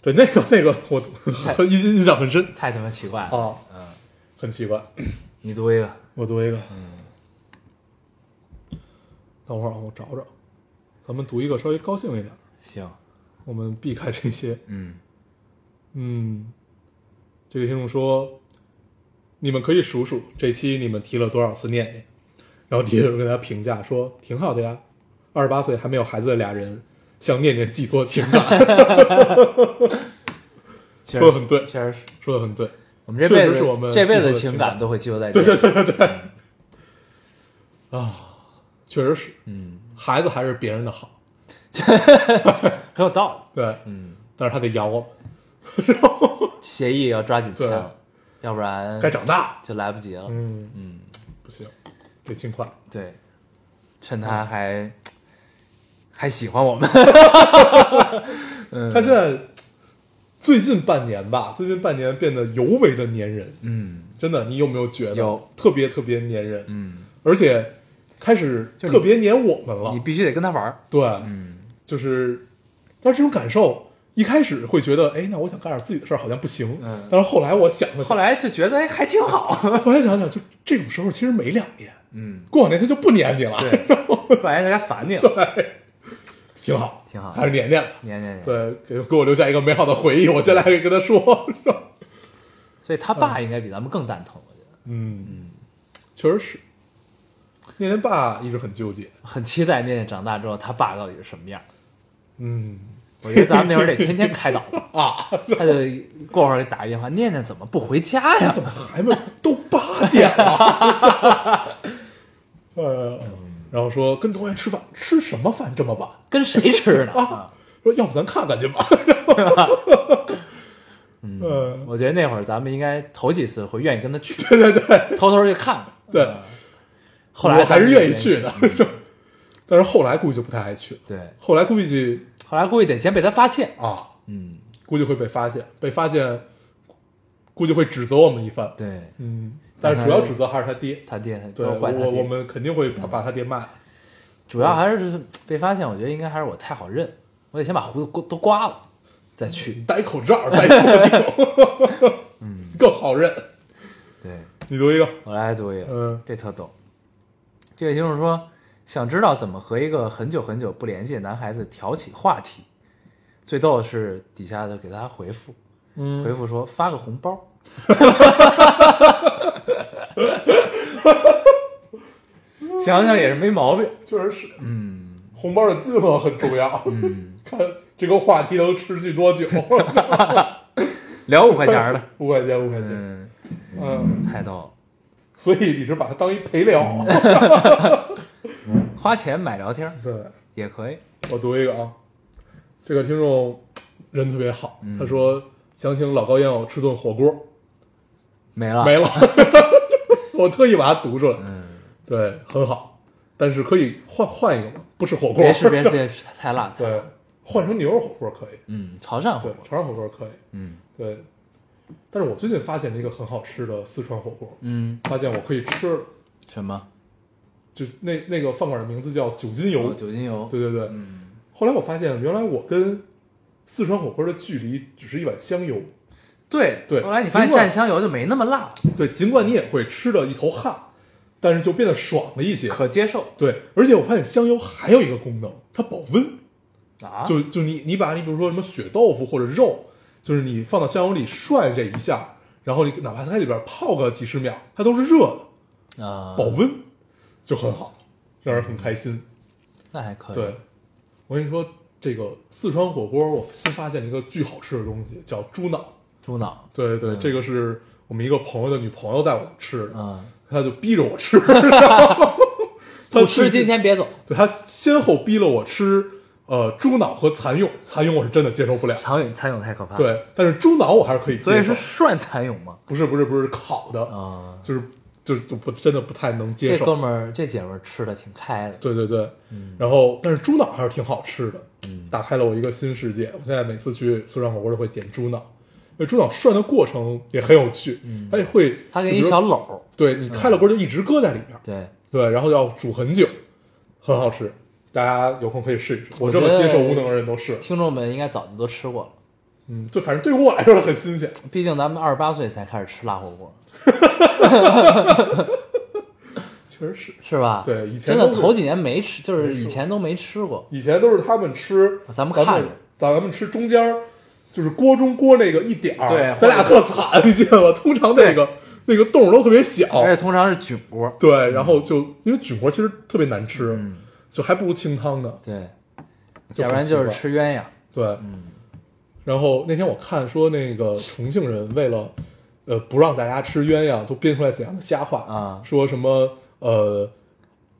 S2: 对，那个那个我 印印象很深
S3: 太他妈奇怪了。
S2: 啊，
S3: 嗯，
S2: 很奇怪，
S3: 你读一个，
S2: 我读一个，嗯，等会儿啊，我找找，咱们读一个稍微高兴一点，
S3: 行，
S2: 我们避开这些，
S3: 嗯
S2: 嗯，这个听众说，你们可以数数这期你们提了多少次念念，然后底下有人给他评价说挺好的呀，二十八岁还没有孩子的俩人向念念寄托情感，
S3: 确实
S2: 说的很对
S3: 确实是。
S2: 说的很对，
S3: 我们这辈
S2: 确实
S3: 子
S2: 是我们
S3: 这辈
S2: 寄托
S3: 子
S2: 的情
S3: 情
S2: 感
S3: 感都会寄托在这里。
S2: 确实是
S3: 嗯，
S2: 孩子还是别人的好，
S3: 很有道理。
S2: 对，
S3: 嗯，
S2: 但是他得养我们，
S3: 协议要抓紧签了，要不然
S2: 该长大，
S3: 就来不及了。
S2: 嗯，
S3: 嗯，
S2: 不行，得尽快，
S3: 对，趁他还、还喜欢我们，嗯
S2: 他现在最近半年吧，最近半年变得尤为的粘人，
S3: 嗯
S2: 真的，你有没有觉得
S3: 有
S2: 特别特别粘人？
S3: 嗯，
S2: 而且开始
S3: 就是
S2: 特别黏我们了。
S3: 你必须得跟他玩儿，
S2: 对，
S3: 嗯，
S2: 就是，但是这种感受一开始会觉得，哎，那我想干点自己的事儿好像不行。
S3: 嗯
S2: 但是后来我想了
S3: 后
S2: 想，
S3: 来就觉得哎还挺好，
S2: 后来想想，就这种时候其实没两年，
S3: 嗯，
S2: 过两年他就不黏你了，
S3: 对，万一大家烦你了，
S2: 挺好，
S3: 挺好
S2: 还是黏黏的。
S3: 年年年，
S2: 对，给给我留下一个美好的回忆，我将来可以跟他说。 是吧
S3: 所以他爸应该比咱们更蛋疼，我觉得
S2: 嗯，确实是。念念爸一直很纠结，
S3: 很期待念念长大之后他爸到底是什么样。
S2: 嗯
S3: 我觉得咱们那会儿得天天开导他，
S2: 啊，
S3: 他就过会儿给打一电话，念念怎么不回家呀？
S2: 还没都八点了， 呃，然后说跟同学吃饭，吃什么饭这么晚？
S3: 跟谁吃呢？
S2: 啊，说要不咱看看去 吧。嗯，
S3: 我觉得那会儿咱们应该头几次会愿意跟他去，对对对，偷偷去看看。
S2: 对
S3: 嗯后来
S2: 我还是
S3: 咱们
S2: 愿意去的， 但是后来估计就不太爱去了。
S3: 对，
S2: 后来估计
S3: 后来估计得先被他发现。
S2: 啊，
S3: 嗯，
S2: 估计会被发现，被发现估计会指责我们一番。
S3: 对
S2: 嗯，但是主要指责还是他爹。
S3: 他爹，他
S2: 对，
S3: 都怪他
S2: 我我
S3: 爹。
S2: 们肯定会把把他爹骂。
S3: 主要还是被发现，我觉得应该还是我太好认，我得先把胡子都刮了再去。
S2: 戴口罩，戴口罩，嗯，更好认。
S3: 对，
S2: 你读一个，
S3: 我来读一个，
S2: 嗯
S3: 这特逗。这位听众说，想知道怎么和一个很久很久不联系的男孩子挑起话题。最逗的是底下的给他回复，
S2: 嗯
S3: 回复说发个红包。想想也是没毛病，
S2: 确实是，
S3: 嗯，
S2: 红包的金额很重要。嗯， 看这个话题能持续 多久？
S3: 聊五块钱的，
S2: 五块钱，五块钱。
S3: 嗯，
S2: 嗯，
S3: 太逗了，
S2: 所以你是把它当一陪聊。
S3: 花钱买聊天儿
S2: 对，
S3: 也可以，嗯
S2: 我读一个啊，这个听众人特别好，他说想请老高烟友吃顿火锅，
S3: 没了，
S2: 没了。 我特意把它读出来，
S3: 啊嗯，
S2: 对，很好。但是可以换换一个嘛，不吃火锅，
S3: 别吃别吃别吃，太辣，太辣
S2: 对，换成牛肉火锅可以，
S3: 嗯，潮汕火
S2: 对
S3: 锅，，
S2: 潮汕火锅可以，
S3: 嗯
S2: 对。但是我最近发现了一个很好吃的四川火锅，
S3: 嗯，
S2: 发现我可以吃了，
S3: 什么？
S2: 就是那那个饭馆的名字叫九斤
S3: 哦
S2: 油，
S3: 酒精油，
S2: 对对对。
S3: 嗯，
S2: 后来我发现，原来我跟四川火锅的距离只是一碗香油，
S3: 对
S2: 对
S3: 后来你发现
S2: 尽管
S3: 蘸香油就没那么辣，
S2: 对，尽管你也会吃的一头汗，但是就变得爽了一些。
S3: 可接受
S2: 对，而且我发现香油还有一个功能，它保温。
S3: 啊，
S2: 就就你你把你比如说什么血豆腐或者肉，就是你放到香油里涮这一下，然后你哪怕它在里边泡个几十秒，它都是热的，
S3: 啊，
S2: 保温就很好，让人很开心。
S3: 那还可以，
S2: 对，我跟你说，这个四川火锅，我新发现了一个巨好吃的东西，叫猪脑。
S3: 猪脑，
S2: 对对，
S3: 嗯
S2: 这个是我们一个朋友的女朋友带我吃的，
S3: 嗯，
S2: 她就逼着我吃， 然后她
S3: 不吃今天别走，
S2: 对她先后逼了我吃呃猪脑和蚕蛹，蚕蛹我是真的接受不了，
S3: 蚕蛹蚕蛹太可怕，，
S2: 对，但是猪脑我还是可以接受，
S3: 啊所以是涮蚕蛹嘛，
S2: 不是不是不是烤的，
S3: 啊，
S2: 就是就是就不真的不太能接
S3: 这哥
S2: 受。
S3: 们儿这姐们儿吃的挺开的，
S2: 对对对，
S3: 嗯
S2: 然后但是猪脑还是挺好吃的，打开了我一个新世界。我现在每次去四川火锅都会点猪脑，因为猪脑涮的过程也很有趣，它也会
S3: 他嗯给
S2: 就
S3: 你
S2: 比如
S3: 小篓儿，
S2: 对你开了锅就一直搁在里边儿，
S3: 对，
S2: 对，然后要煮很久，很好吃，大家有空可以试一试。我
S3: 我
S2: 这么
S3: 觉得
S2: 接受无能的人都试了，
S3: 听众们应该早就都吃过了。
S2: 嗯，对，反正对我来说是很新鲜。
S3: 毕竟咱们二十八岁才开始吃辣火锅，
S2: 确实是，
S3: 是吧？
S2: 对以前
S3: 真的
S2: 都是
S3: 头几年没吃，就是
S2: 没吃
S3: 以前都没吃过。
S2: 以前都是他们吃，
S3: 啊咱们
S2: 咱
S3: 看
S2: 们
S3: 着
S2: 咱们吃中间儿，就是锅中锅那个一点儿，
S3: 对
S2: 咱俩特惨，你记得吗？通常那个那个洞儿都特别小，
S3: 而且通常是菌锅，
S2: 对，然后就因为菌锅其实特别难吃，
S3: 嗯，
S2: 就还不如清汤呢，
S3: 对，
S2: 就
S3: 要不
S2: 很
S3: 然
S2: 奇
S3: 就是
S2: 怪
S3: 吃鸳鸯，
S2: 对，
S3: 嗯
S2: 然后那天我看说那个重庆人为了呃不让大家吃鸳鸯，都编出来怎样的瞎话
S3: 啊
S2: 说什么呃，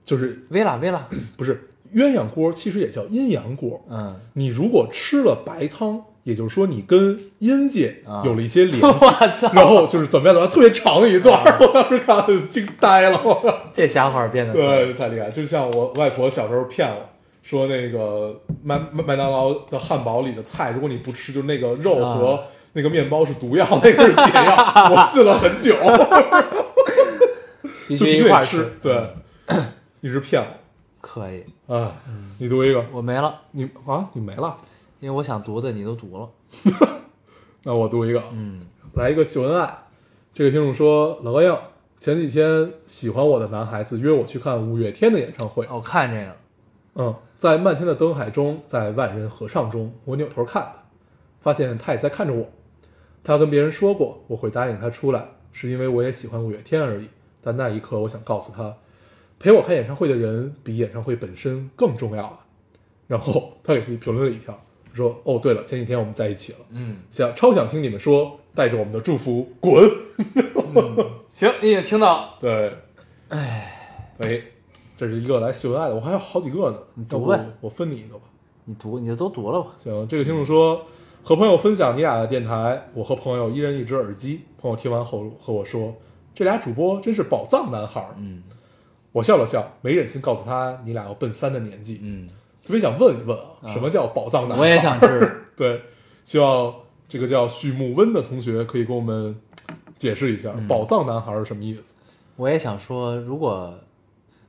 S2: 就是
S3: 微辣微辣，
S2: 不是鸳鸯锅其实也叫阴阳锅。
S3: 嗯，
S2: 你如果吃了白汤，也就是说你跟阴界
S3: 啊
S2: 有了一些联 系，
S3: 我操，啊
S2: 然后就是怎么样怎么样，特别长的一段儿，我当时看了惊呆了。我 靠
S3: 这瞎话变得
S2: 对，太厉害！就像我外婆小时候骗我说，那个麦麦麦当劳的汉堡里的菜，如果你不吃，就是那个肉
S3: 啊
S2: 和那个面包是毒药，那个是解药。 我信了很久，
S3: 必
S2: 就
S3: 须
S2: 必
S3: 一
S2: 须
S3: 块儿
S2: 得吃。，对， 一直骗我。
S3: 可以，
S2: 哎，
S3: 嗯
S2: 你读一个，
S3: 我没了，
S2: 你啊，你没了，
S3: 因为我想读的你都读了，
S2: 那我读一个，
S3: 嗯，
S2: 来一个秀恩爱。这个听众说，老高样，前几天喜欢我的男孩子约我去看五月天的演唱会，
S3: 哦我看这个了，
S2: 嗯，在漫天的灯海中，在万人合唱中，我扭头看他，发现他也在看着我。他跟别人说过我会答应他出来，是因为我也喜欢五月天而已。但那一刻，我想告诉他，陪我看演唱会的人比演唱会本身更重要啊。然后他给自己评论了一条，说：“哦，对了，前几天我们在一起了，
S3: 嗯，
S2: 想超想听你们说，带着我们的祝福滚。
S3: 行，你已经听到了，
S2: 对，哎，哎，这是一个来秀恩爱的，我还有好几个呢，
S3: 你
S2: 要
S3: 读
S2: 不
S3: 呗
S2: 我分你一个吧。
S3: 你读你就都读了吧，
S2: 行，这个听众说，和朋友分享你俩的电台，我和朋友一人一只耳机。朋友听完后和我说，这俩主播真是宝藏男孩儿。
S3: 嗯
S2: 我笑了笑，没忍心告诉他你俩要奔三的年纪，
S3: 嗯，
S2: 特别想问一问啊，什么叫宝藏男孩？
S3: 我也，想知，
S2: 对，希望这个叫许木温的同学可以给我们解释一下，
S3: 嗯
S2: 宝藏男孩儿是什么意思
S3: 我也想说，如果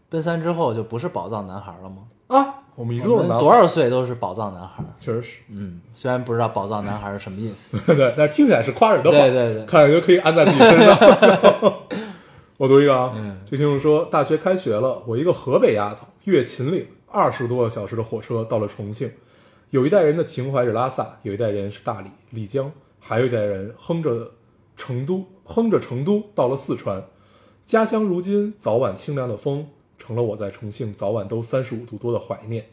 S3: 奔三之后就不是宝藏男孩了吗？
S2: 啊？我们一个
S3: 我
S2: 都是
S3: 们
S2: 男孩儿
S3: 多？少岁都是宝藏男孩儿。
S2: 确实是，
S3: 嗯，虽然不知道宝藏男孩是什么意 思。
S2: 对，但是听起来是夸人的话，
S3: 对对对
S2: 看就可以安在自己身上。 我读一个啊，
S3: 嗯
S2: 这听众说，大学开学了，我一个河北丫头越秦岭二十多个小时的火车到了重庆，有一代人的情怀是拉萨，有一代人是大理、丽江，还有一代人哼着成都，哼着成都到了四川。家乡如今早晚清凉的风，成了我在重庆早晚都三十五度多的怀念。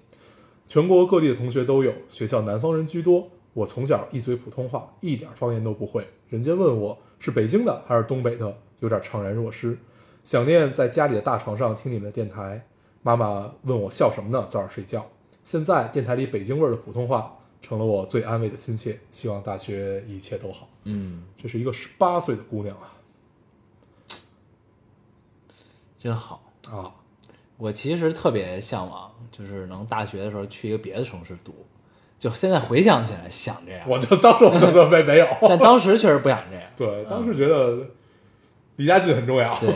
S2: 全国各地的同学都有，学校南方人居多。我从小一嘴普通话，一点方言都不会。人家问我是北京的还是东北的，有点怅然若失。想念在家里的大床上听你们的电台，妈妈问我笑什么呢？早点睡觉。现在电台里北京味儿的普通话成了我最安慰的亲切。希望大学一切都好。
S3: 嗯，
S2: 这是一个十八岁的姑娘啊
S3: 真好。
S2: 啊！
S3: 我其实特别向往，就是能大学的时候去一个别的城市读。就现在回想起来，想这样，
S2: 我就当时我就准备没有，。
S3: 但当时确实不想这样
S2: 对，当时觉得离家近很重要。
S3: 对，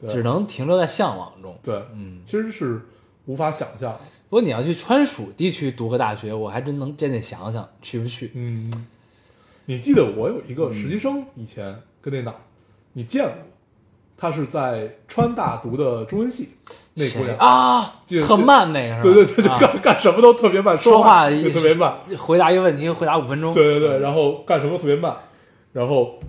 S2: 对
S3: 只能停留在向往中。
S2: 对，
S3: 嗯
S2: 其实是无法想象。
S3: 不过你要去川蜀地区读个大学，我还真能真得想想去不去。
S2: 嗯，你记得我有一个实习生，以前跟那哪儿，你见过？他是在川大读的中文系，那姑
S3: 谁
S2: 娘，
S3: 啊，
S2: 记得
S3: 特慢那个是吧？
S2: 对对对，
S3: 啊
S2: 对干干什么都特别慢，
S3: 说
S2: 话
S3: 话
S2: 也特别慢，，
S3: 回答一个问题回答五分钟。
S2: 对对对，然后干什么特别慢，然后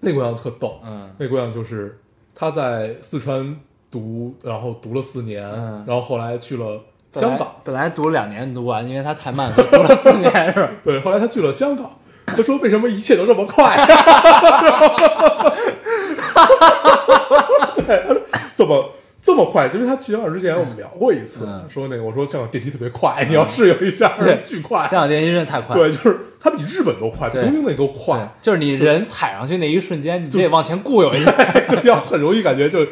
S2: 那姑娘特逗，
S3: 嗯
S2: 那姑娘就是她在四川读，然后读了四年，
S3: 嗯
S2: 然后后来去了
S3: 本来
S2: 香港，
S3: 本来读了两年读完，因为他太慢，所以读了四年是吧？
S2: 对，后来她去了香港，她说为什么一切都这么快？ 对，她说怎么这么快？因为她去香港之前我们聊过一次，
S3: 嗯
S2: 说那个我说香港电梯特别快，你要适应一下，
S3: 对
S2: 巨快，
S3: 香港电梯真的太快了，
S2: 对，就是它比日本都快，比
S3: 对
S2: 东京那都
S3: 对
S2: 快，，
S3: 就是你人踩上去那一瞬间，你得往前固有一下。
S2: 就要很容易感觉就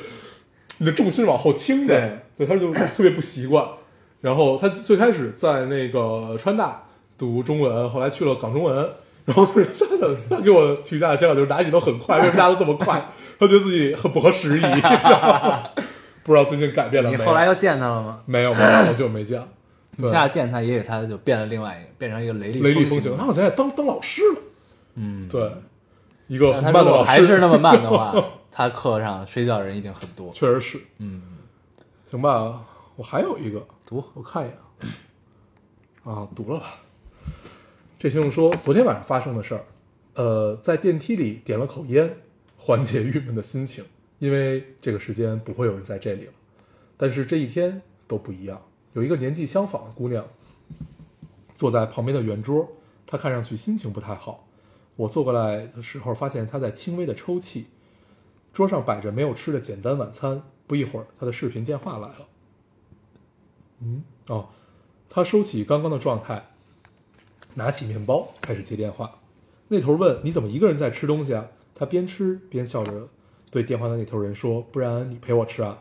S2: 你的重心往后倾着，对，他就特别不习惯。然后他最开始在那个川大读中文，后来去了港中文，然后就是他的他给我评价的香港就是哪里都很快，为什么大家都这么快？他觉得自己很不合时宜， 不知道最近改变了
S3: 你
S2: 没有？
S3: 后来又见他了吗？
S2: 没有没有，我就没见。
S3: 你下次见他，也许他就变了另外一个，变成一个雷厉
S2: 雷厉
S3: 风
S2: 风行，他好像也当当老师了，
S3: 嗯，
S2: 对，一个
S3: 那
S2: 很
S3: 他
S2: 慢
S3: 如
S2: 的
S3: 果
S2: 老师，
S3: 还是 那么慢的话，他课上睡觉人一定很多。
S2: 确实是，
S3: 嗯，
S2: 行吧，我还有一个，
S3: 读
S2: 我看一眼啊，啊，读了吧。这听众说，昨天晚上发生的事儿，呃，在电梯里点了口烟，缓解郁闷的心情，因为这个时间不会有人在这里了。但是这一天都不一样，有一个年纪相仿的姑娘坐在旁边的圆桌，她看上去心情不太好。我坐过来的时候，发现她在轻微的抽泣。桌上摆着没有吃的简单晚餐，不一会儿，她的视频电话来了。嗯，哦，他收起刚刚的状态，拿起面包开始接电话。那头问：“你怎么一个人在吃东西啊？”他边吃边笑着对电话的那头人说：“不然你陪我吃啊。”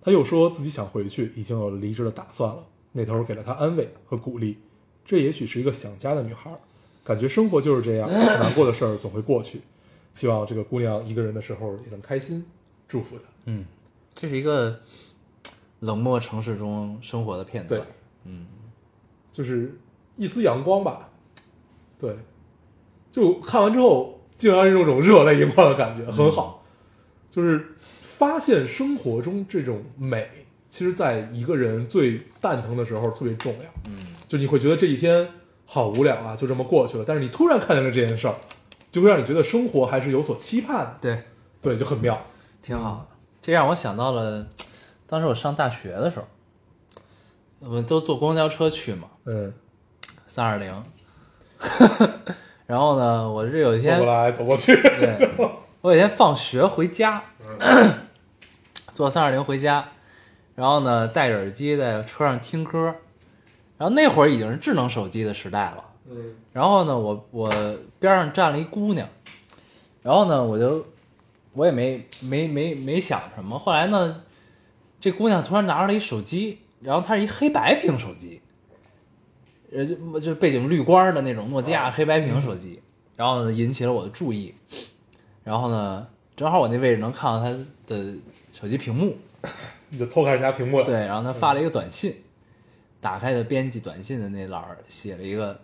S2: 他又说自己想回去，已经有了离职的打算了。那头给了他安慰和鼓励。这也许是一个想家的女孩，感觉生活就是这样，难过的事儿总会过去。希望这个姑娘一个人的时候也能开心，祝福她。
S3: 嗯，这是一个冷漠城市中生活的片段
S2: 对。，就是一丝阳光吧。对，就看完之后，竟然有一种热泪盈眶的感觉，很好。就是发现生活中这种美，其实在一个人最蛋疼的时候特别重要。
S3: 嗯，
S2: 就你会觉得这一天好无聊啊，就这么过去了。但是你突然看见了这件事儿，就会让你觉得生活还是有所期盼的。
S3: 对，
S2: 对，就很妙。
S3: 挺好。这让我想到了，当时我上大学的时候，我们都坐公交车去嘛，
S2: 嗯，
S3: 三二零。 然后呢，我是有一
S2: 走
S3: 天
S2: 过来，走过去。
S3: 对，我有一天放学回家， 坐三二零回家，然后呢戴着耳机在车上听歌，然后那会儿已经是智能手机的时代了。
S2: 嗯
S3: 然后呢，我我边上站了一姑娘，然后呢，我就我也没没没没想什么。后来呢，这姑娘突然拿出来一手机，然后它是一黑白屏手机，呃，就就背景绿光的那种诺基亚黑白屏手机，然后呢引起了我的注意。然后呢，正好我那位置能看到她的手机屏幕，
S2: 你就偷看人家屏幕 了。
S3: 对，然后他发了
S2: 嗯
S3: 一个短信，打开的编辑短信的那栏儿写了一个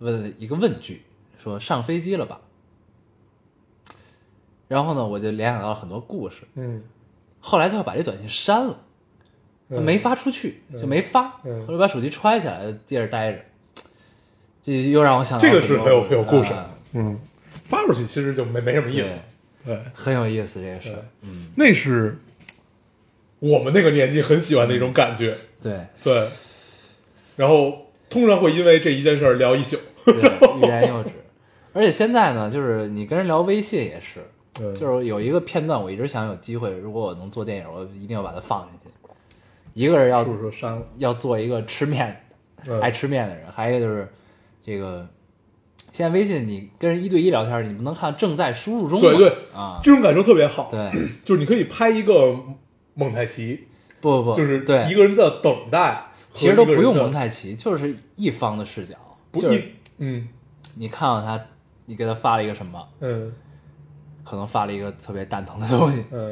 S3: 问了一个问句，说上飞机了吧？然后呢，我就联想到很多故事。
S2: 嗯，
S3: 后来他又把这短信删了，他
S2: 嗯
S3: 没发出去，就没发。
S2: 嗯
S3: 后来把手机揣起来，接着待着。这又让我想到
S2: 这个
S3: 啊很
S2: 是
S3: 多
S2: 很有很有故事
S3: 啊。
S2: 嗯，发出去其实就没没什么意思。嗯对，
S3: 很有意思这个事儿。
S2: 那是我们那个年纪很喜欢的一种感觉。
S3: 对，
S2: 对，然后通常会因为这一件事儿聊一宿。
S3: 对，欲言又止。 而且现在呢，就是你跟人聊微信也是，
S2: 对
S3: 就是有一个片段，我一直想有机会，如果我能做电影，我一定要把它放进去。一个人要
S2: 叔叔删了，
S3: 要做一个吃面，
S2: 嗯
S3: 爱吃面的人，还有就是这个，现在微信你跟人一对一聊天，你不能看正在输入中吗，
S2: 对对
S3: 啊，
S2: 这种感受特别好。
S3: 对，
S2: 就是你可以拍一个蒙太奇，
S3: 不不不，
S2: 就是
S3: 对
S2: 一个人的等待和
S3: 其实都
S2: 一个
S3: 不
S2: 人
S3: 用
S2: 的
S3: 蒙太奇，就是一方的视角，
S2: 不
S3: 就
S2: 一
S3: 是
S2: 嗯
S3: 你看到他，你给他发了一个什么，
S2: 嗯
S3: 可能发了一个特别蛋疼的东西，
S2: 嗯，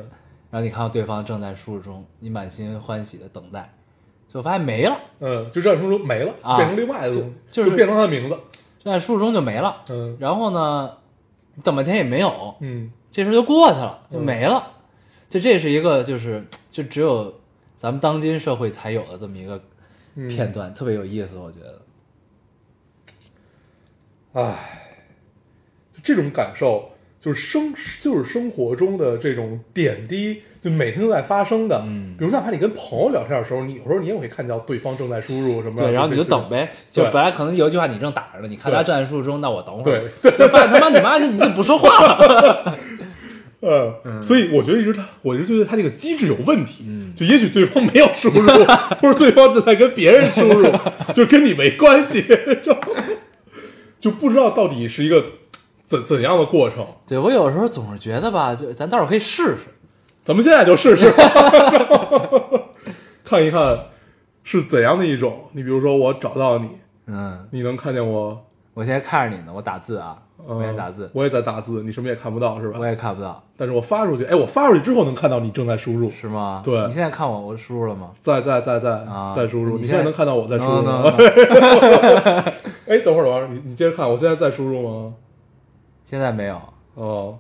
S3: 然后你看到对方正在输入中，你满心欢喜的等待，就发现没了，
S2: 嗯，就这样说没了，
S3: 啊
S2: 变成另外的东西，
S3: 就就是
S2: 变成他的名字。
S3: 正在输入中就没了。
S2: 嗯
S3: 然后呢，你等半天也没有，
S2: 嗯，
S3: 这事儿就过去了，就没了。就这是一个就是就只有咱们当今社会才有的这么一个
S2: 嗯
S3: 片段，特别有意思，我觉得。
S2: 唉，就这种感受，就是生就是生活中的这种点滴，就每天都在发生的。
S3: 嗯
S2: 比如哪怕你跟朋友聊天的时候，你有时候你也会看到对方正在输入什么，
S3: 对，然后你就等。呗，就
S2: 对
S3: 本来可能有一句话你正打着呢，你看他
S2: 对
S3: 站在树中，那我等会
S2: 对
S3: 儿，对，发现他妈你妈你怎么不说话了？
S2: 嗯，所以我觉得一直他，我就觉得他这个机制有问题。
S3: 嗯
S2: 就也许对方没有输 入，或者对方正在跟别人输入，就是跟你没关系， 就就不知道到底是一个怎怎样的过程。
S3: 对我有时候总是觉得吧，就咱待会儿可以试试，
S2: 咱们现在就试试， 看一看是怎样的一种。你比如说，我找到你，
S3: 嗯，
S2: 你能看见我，
S3: 我现在看着你呢，我打字啊，
S2: 呃、
S3: 我也打字，
S2: 我也在打字，你什么也看不到是吧
S3: 我？也看不到，
S2: 但是我发出去，哎，我发出去之后能看到你正在输入，
S3: 是吗？
S2: 对
S3: 你现在看我，我输入了吗？
S2: 在在在在
S3: 啊
S2: 在输入，
S3: 你
S2: 你
S3: 现在
S2: 现在能看到我在输入
S3: 能
S2: 吗
S3: 能？能
S2: 哎，等会儿等会儿，你你接着看，我现在在输入吗？
S3: 现在没有，
S2: 哦，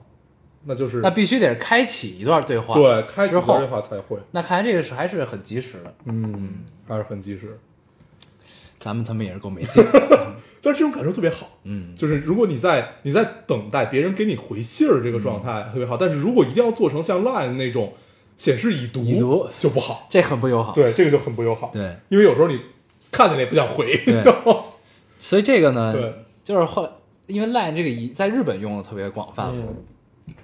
S2: 那就是
S3: 那必须得是开启一段对话，
S2: 对开启
S3: 之后
S2: 对话才会，
S3: 那看来这个是还是很及时的，
S2: 嗯，还是很及时。
S3: 咱们他们也是够没 劲的，
S2: 但是这种感受特别好，
S3: 嗯，
S2: 就是如果你在你在等待别人给你回信儿这个状态
S3: 嗯
S2: 特别好，但是如果一定要做成像 Line 那种显示已读，
S3: 已读
S2: 就不好，
S3: 这很不友好，
S2: 对，这个就很不友好，
S3: 对
S2: 因为有时候你看见了也不想回，
S3: 对
S2: 你知道吗
S3: 所以这个呢，
S2: 对，
S3: 就是后来因为 Line 这个一在日本用的特别广泛，
S2: 嗯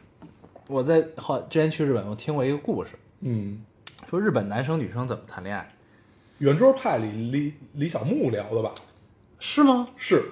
S3: 我在后之前去日本，我听过一个故事，
S2: 嗯，
S3: 说日本男生女生怎么谈恋爱，
S2: 圆桌派里李李小牧聊的吧，
S3: 是吗？
S2: 是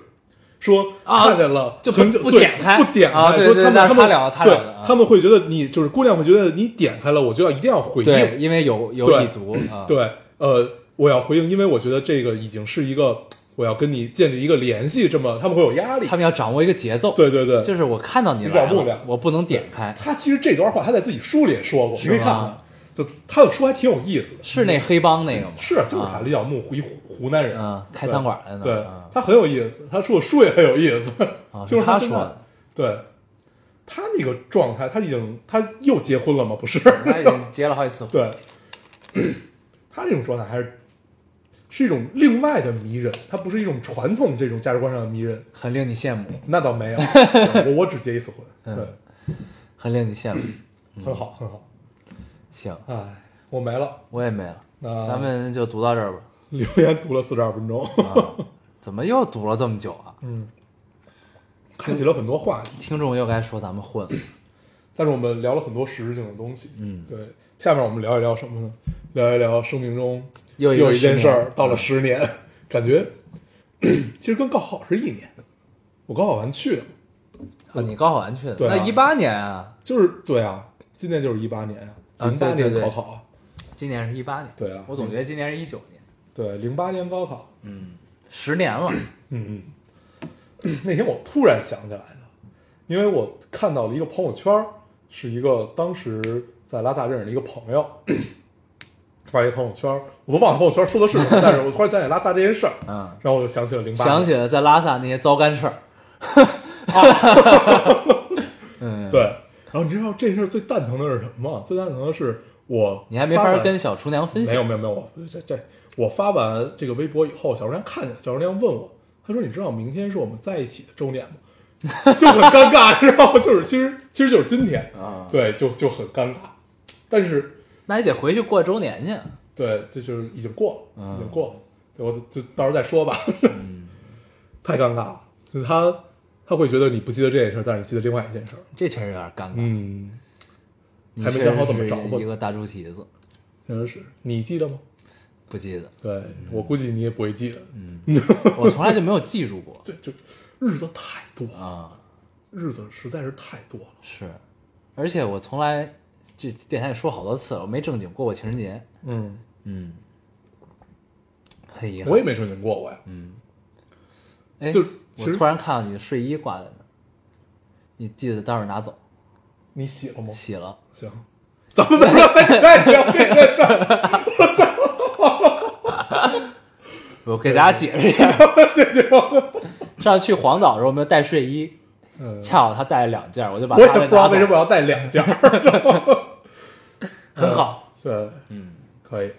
S2: 说
S3: 啊
S2: 看见了
S3: 就不
S2: 很久
S3: 不
S2: 对
S3: 点开
S2: 不点开，
S3: 啊对
S2: 说
S3: 对
S2: 他们
S3: 那是
S2: 他们
S3: 他聊的他
S2: 对
S3: 聊的啊
S2: 他们会觉得你就是姑娘会觉得你点开了，我就要一定要回应，
S3: 对，因为有有
S2: 对
S3: 已读啊，
S2: 对，呃，我要回应，因为我觉得这个已经是一个我要跟你建立一个联系，这么他们会有压力
S3: 他。们要掌握一个节奏，，
S2: 对对对，
S3: 就是我看到你
S2: 你掌
S3: 来
S2: 握不了
S3: 了，我不能点开，
S2: 他其实这段话他在自己书里也说过，你
S3: 是
S2: 可以看
S3: 吗
S2: 看，就他的书还挺有意思的。
S3: 是那黑帮那个吗？
S2: 是，就是他李小牧一湖湖南人，
S3: 啊嗯，开
S2: 对
S3: 餐馆的呢，
S2: 对
S3: 嗯
S2: 他很有意思，他说的书也很有意思
S3: 啊，
S2: 就是
S3: 他
S2: 现在
S3: 说的，
S2: 对。他那个状态，他已经他又结婚了吗？不是，
S3: 他已经结了好几次婚，
S2: 对，他这种状态还是是一种另外的迷人，他不是一种传统这种价值观上的迷人。
S3: 很令你羡慕，
S2: 那 倒没有，我我只结一次婚，对
S3: 嗯，很令你羡 慕。
S2: 很好很好。
S3: 行，
S2: 哎，我没了，
S3: 我也没了，
S2: 那
S3: 嗯咱们就读到这儿吧。
S2: 留言读了四十二分钟，
S3: 啊，怎么又读了这么久啊？
S2: 嗯，开启了很多话题，
S3: 听众又该说咱们混了。
S2: 但是我们聊了很多实质性的东西。
S3: 嗯，
S2: 对，下面我们聊一聊什么呢？聊一聊生命中
S3: 又一个
S2: 又一件
S3: 10
S2: 事儿，
S3: 年嗯
S2: 到了十年， 感觉其实跟高考是一年的。我高考完去的，
S3: 啊，你高考完去的，
S2: 对啊
S3: 那一八年啊，
S2: 就是对啊，今年就是一八年
S3: 啊
S2: 零八
S3: 对对
S2: 年
S3: 对
S2: 高考啊，
S3: 今年是一八年。
S2: 对啊
S3: 我总觉得今年是一九年，
S2: 对，零八年高考，
S3: 嗯，十年了。
S2: 嗯 嗯，那天我突然想起来的，因为我看到了一个朋友圈儿，是一个当时在拉萨认识的一个朋友发了一个朋友圈儿，我都忘了朋友圈说的是什么，但是我突然想起拉萨这 件事儿，
S3: 嗯，
S2: 然后我就想起了零八，
S3: 想起了在拉萨那些糟干 事儿。 嗯，
S2: 啊对，然后你知道这事儿最蛋疼的是什么吗？最蛋疼的是我
S3: 你还没
S2: 发
S3: 法
S2: 完
S3: 跟小厨娘分
S2: 没有
S3: 享。
S2: 没有没有，我这这我发完这个微博以后，小厨娘看见，小厨娘问我，她说：“你知道明天是我们在一起的周年吗？”就很尴尬，你知道吗？就是其实其实就是今天，
S3: 啊，
S2: 对，就就很尴尬。但是
S3: 那你得回去过周年去。
S2: 对，这就是已经过了，
S3: 嗯
S2: 已经过了，对我就到时候再说吧。 太尴尬了，就是他他会觉得你不记得这件事，但是你记得另外一件事。
S3: 这确实有点尴尬。
S2: 嗯，
S3: 你
S2: 还没想好怎么
S3: 确实
S2: 找吧
S3: 是一个大猪蹄子。
S2: 确实是你记得吗？
S3: 不记得，
S2: 对我估计你也不会记得，
S3: 我从来就没有记住过
S2: 对，就日子太多了，
S3: 啊、
S2: 日子实在是太多了。
S3: 是，而且我从来这电台也说好多次了，我没正经过过情人节，
S2: 嗯，
S3: 嗯，很遗憾。
S2: 我也没正经过我呀，
S3: 哎，
S2: 就
S3: 我
S2: 其实
S3: 突然看到你的睡衣挂在那儿，你记得待会儿拿走，
S2: 你洗了吗？
S3: 洗了。
S2: 行， 咱们不要 再聊这个事儿。
S3: 我给大家解释一 下， 上次去黄岛的时候，我们带睡衣，
S2: 嗯，
S3: 恰好他带了两件，我就把
S2: 我也
S3: 他
S2: 不
S3: 的
S2: 知道
S3: 拿走嗯
S2: 为什，么要带两件儿。
S3: 很好。
S2: 对，
S3: 嗯，
S2: 可以。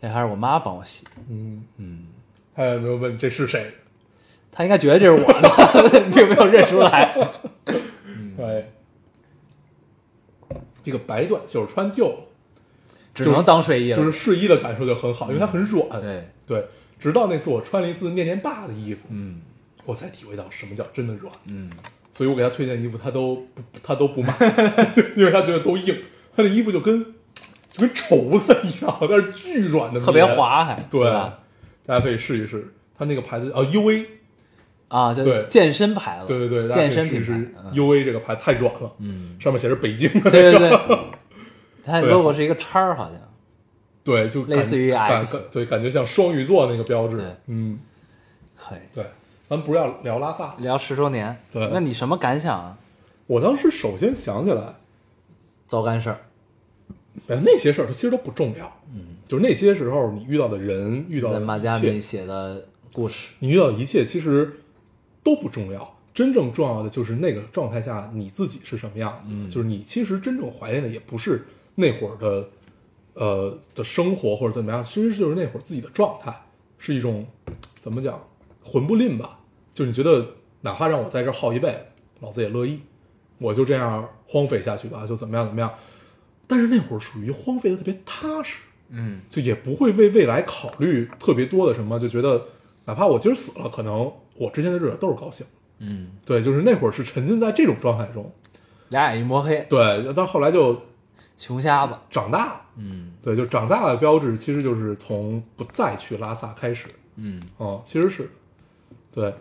S3: 那哎还是我妈帮我洗，
S2: 嗯，
S3: 嗯，
S2: 还有没有问这是谁？
S3: 她应该觉得这是我的， 并没有认出来。嗯
S2: 哎，这个白短袖穿旧了，
S3: 只能当睡衣了。
S2: 就是睡衣的感受就很好，因为它很软。
S3: 对，
S2: 对，直到那次我穿了一次念念爸的衣服，
S3: 嗯
S2: 我才体会到什么叫真的软。
S3: 嗯，
S2: 所以我给他推荐衣服，他都不他都不买， 因为他觉得都硬，他的衣服就跟就跟绸子一样，但是巨软的，
S3: 特别。滑还
S2: 对，
S3: 吧？
S2: 大家可以试一试，他那个牌子哦，U A，
S3: 啊，就是
S2: 对
S3: 健身牌子，
S2: 对对对，大家
S3: 健
S2: 可
S3: 身
S2: 以试
S3: 品
S2: 一试
S3: 牌，嗯
S2: U A 这个牌太软了，
S3: 嗯，
S2: 上面写着北京的，
S3: 对对 对，它
S2: 对
S3: logo 是一个叉儿，好像。
S2: 对，就感
S3: 类似于
S2: 感
S3: X
S2: 感对，感觉像双鱼座那个标
S3: 对
S2: 志，嗯，
S3: 可以
S2: 对，咱不是要聊拉萨，
S3: 聊十周年。
S2: 对
S3: 那你什么感想啊？
S2: 我当时首先想起来，
S3: 糟干事儿，
S2: 哎，那些事儿它其实都不重要，嗯，就是那些时候你遇到的人，遇到
S3: 在
S2: 的
S3: 马加
S2: 一切
S3: 米写的故事。
S2: 你遇到的一切其实都不重要，真正重要的就是那个状态下你自己是什么样子。嗯、就是你其实真正怀念的也不是那会儿的，呃的生活或者怎么样，其实就是那会儿自己的状态，是一种怎么讲魂不吝吧？就是你觉得哪怕让我在这儿耗一辈子，老子也乐意，我就这样荒废下去吧，就怎么样怎么样。但是那会儿属于荒废的特别踏实，
S3: 嗯
S2: 就也不会为未来考虑特别多的什么，就觉得哪怕我今儿死了，可能我之前的日子都是高兴。
S3: 嗯，
S2: 对，就是那会儿是沉浸在这种状态中。
S3: 俩眼一摸黑，
S2: 对，但后来就
S3: 穷瞎子。
S2: 长大了。
S3: 嗯
S2: 对，就长大的标志其实就是从不再去拉萨开始。
S3: 嗯
S2: 哦，其实是，对。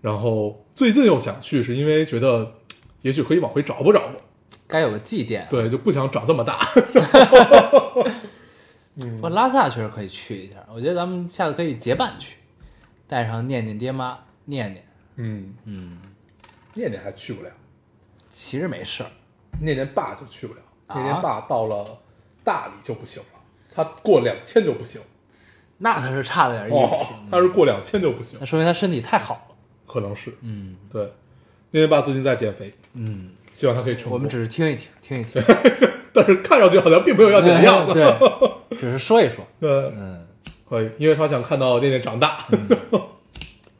S2: 然后最近又想去，是因为觉得也许可以往回找不找我。
S3: 该有个祭奠。，
S2: 对，就不想长这么大。
S3: 不过拉萨确实可以去一下，我觉得咱们下次可以结伴去，带上念念爹妈，念念。
S2: 嗯，
S3: 嗯，
S2: 念念还去不了，
S3: 其实没事儿。
S2: 念念爸就去不了，
S3: 啊
S2: 念念爸到了大理就不行了，他过两千就不行，
S3: 那他是差了点意
S2: 哦
S3: 思，，
S2: 他是过两千就不行
S3: 那，说明他身体太好了。
S2: 可能是
S3: 嗯
S2: 对。念念爸最近在减肥，
S3: 嗯，
S2: 希望他可以成功。
S3: 我们只是听一听，听一听，
S2: 但是看上去好像并没有 要减的样子。
S3: 嗯对，只是说一说。
S2: 对，
S3: 嗯，
S2: 可以，因为他想看到念念长大。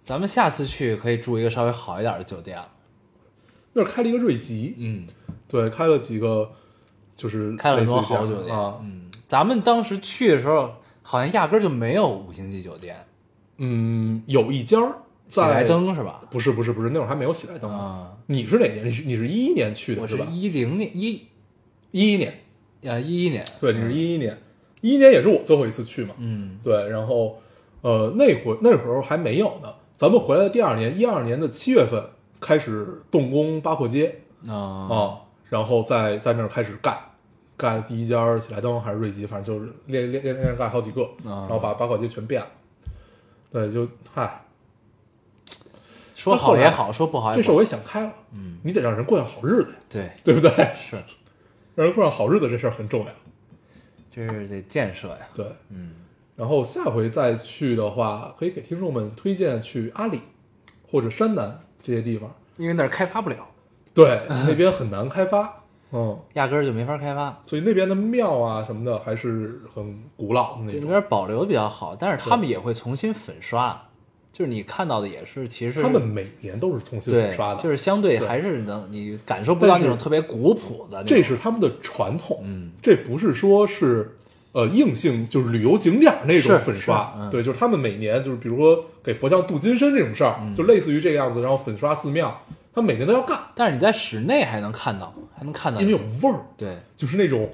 S3: 咱们下次去可以住一个稍微好一点的酒店了。
S2: 那儿开了一个瑞吉，
S3: 嗯，
S2: 对，开了几个，就是
S3: 开了很多
S2: 类似于这
S3: 好
S2: 样
S3: 酒店。
S2: 啊，
S3: 嗯，咱们当时去的时候，好像压根儿就没有五星级酒店，
S2: 嗯，有一家儿
S3: 喜
S2: 在
S3: 来登是吧？
S2: 不是不是不是，那会儿还没有喜来登呢。
S3: 啊，
S2: 你是哪年？你是你是一一年去
S3: 我
S2: 的
S3: 是
S2: 是吧？
S3: 一零年一
S2: 一一年，
S3: 呃一一年，
S2: 对，你是一一年，一一年也是我最后一次去嘛。
S3: 嗯
S2: 对，然后呃，那会那时候还没有呢。咱们回来的第二年，一二年的七月份开始动工八廓街啊、
S3: 啊
S2: 然后在在那儿开始盖，盖第一家喜来登还是瑞吉，反正就是连连连连盖好几个，然后把八廓街全变了。对，就嗨，
S3: 说好也好，说不好
S2: 这
S3: 也
S2: 事
S3: 不好。
S2: 儿哎我也想开了，嗯，你得让人过上好日子呀，
S3: 对，
S2: 对不对？
S3: 是，
S2: 让人过上好日子这事儿很重要。
S3: 这是得建设呀。
S2: 对，
S3: 嗯，
S2: 然后下回再去的话，可以给听众们推荐去阿里或者山南这些地方。
S3: 因为那儿开发不了，
S2: 对，那边很难 开发，嗯，
S3: 压根儿就没法开发。
S2: 所以那边的庙啊什么的还是很古老的
S3: 这
S2: 那
S3: 里
S2: 种。
S3: 边保留的比较好，但是他们也会重新粉刷，就是你看到的也是，其实
S2: 他们每年都是重新粉
S3: 对
S2: 刷的，
S3: 就是相对
S2: 对
S3: 还是能你感受不到
S2: 但
S3: 那
S2: 是
S3: 种特别古朴的那种。
S2: 这是他们的传统，
S3: 嗯，
S2: 这不是说是呃硬性就是旅游景点儿那种
S3: 是
S2: 粉刷
S3: 是，嗯
S2: 对，就是他们每年就是比如说给佛像镀金身这种事儿，
S3: 嗯
S2: 就类似于这个样子，然后粉刷寺庙，他每年都要干，
S3: 但是你在室内还能看到，还能看到
S2: 因为有味儿，
S3: 对
S2: 就是那种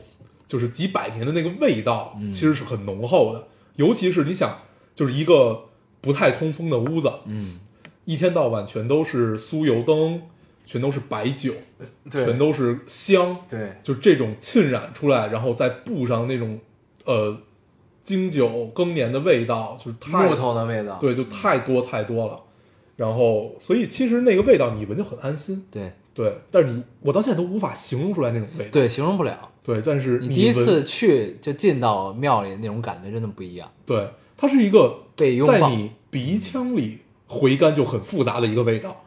S2: 就是几百年的那个味道，
S3: 嗯
S2: 其实是很浓厚的。尤其是你想，就是一个不太通风的屋子，
S3: 嗯，
S2: 一天到晚全都是酥油灯，全都是白酒，
S3: 对，
S2: 全都是香，
S3: 对，
S2: 就这种浸染出来，然后再布上那种呃经久更年的味道，就是太
S3: 木头的味道，
S2: 对，就太多太多了。然后，所以其实那个味道你闻就很安心，
S3: 对
S2: 对。但是你我到现在都无法形容出来那种味道，
S3: 对，形容不了。
S2: 对。但是
S3: 你
S2: 你
S3: 第一
S2: 闻
S3: 次去就进到庙里那种感觉真的不一样，
S2: 对，它是一个
S3: 被拥
S2: 在
S3: 抱，
S2: 你鼻腔里回甘就很复杂的一个味道。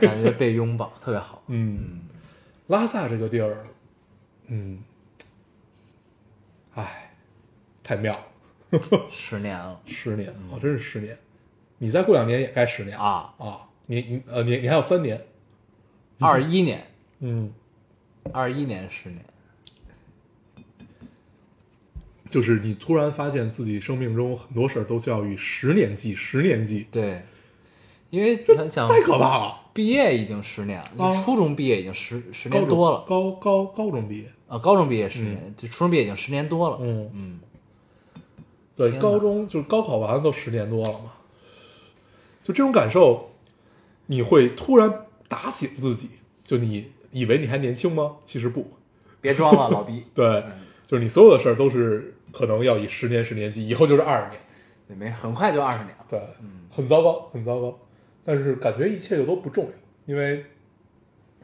S3: 感觉被拥抱特别好。
S2: 嗯，拉萨这个地儿，嗯，哎，太妙了，
S3: 十年了
S2: 十年哦，真是十年。你再过两年也该十年
S3: 嗯啊，
S2: 啊！你你呃你你还有三年，
S3: 二一年，
S2: 嗯，
S3: 二一年十年，
S2: 就是你突然发现自己生命中很多事儿都需要以十年计，十年计，
S3: 对，因为他想
S2: 太可怕了。
S3: 毕业已经十年了，
S2: 啊
S3: 就初中毕业已经十十
S2: 高
S3: 年
S2: 中
S3: 多了
S2: 高高高中毕业，
S3: 啊，高中毕业十年，就初中毕业已经十年多了。
S2: 嗯，
S3: 嗯，
S2: 对，
S3: 天
S2: 高
S3: 哪
S2: 中就是高考完了都十年多了嘛，就这种感受，你会突然打醒自己，就你以为你还年轻吗？其实不，
S3: 别装了，老逼，
S2: 对，
S3: 嗯
S2: 就是你所有的事儿都是可能要以十年十年计，以后就是二十年，
S3: 对，没事，很快就二十年了。
S2: 对，
S3: 嗯
S2: 很糟糕，很糟糕，但是感觉一切就都不重要，因为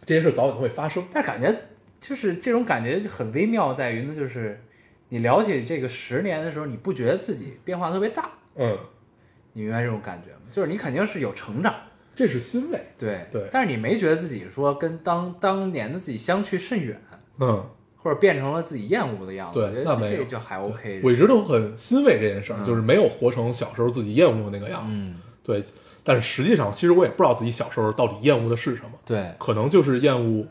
S2: 这些事儿早晚都会发生。
S3: 但是感觉就是这种感觉就很微妙，在于呢，就是你了解这个十年的时候，你不觉得自己变化特别大，
S2: 嗯，
S3: 你明白这种感觉吗？就是你肯定是有成长，
S2: 这是欣慰。
S3: 对
S2: 对
S3: 但是你没觉得自己说跟当当年的自己相去甚远，
S2: 嗯，
S3: 或者变成了自己厌恶的样子，
S2: 对
S3: 我觉
S2: 那
S3: 得
S2: 没
S3: 这
S2: 有
S3: 这就还 OK。
S2: 我一直都很欣慰这件事儿，
S3: 嗯
S2: 就是没有活成小时候自己厌恶的那个样子。
S3: 嗯，
S2: 对，但是实际上，其实我也不知道自己小时候到底厌恶的是什么，
S3: 对，
S2: 可能就是厌恶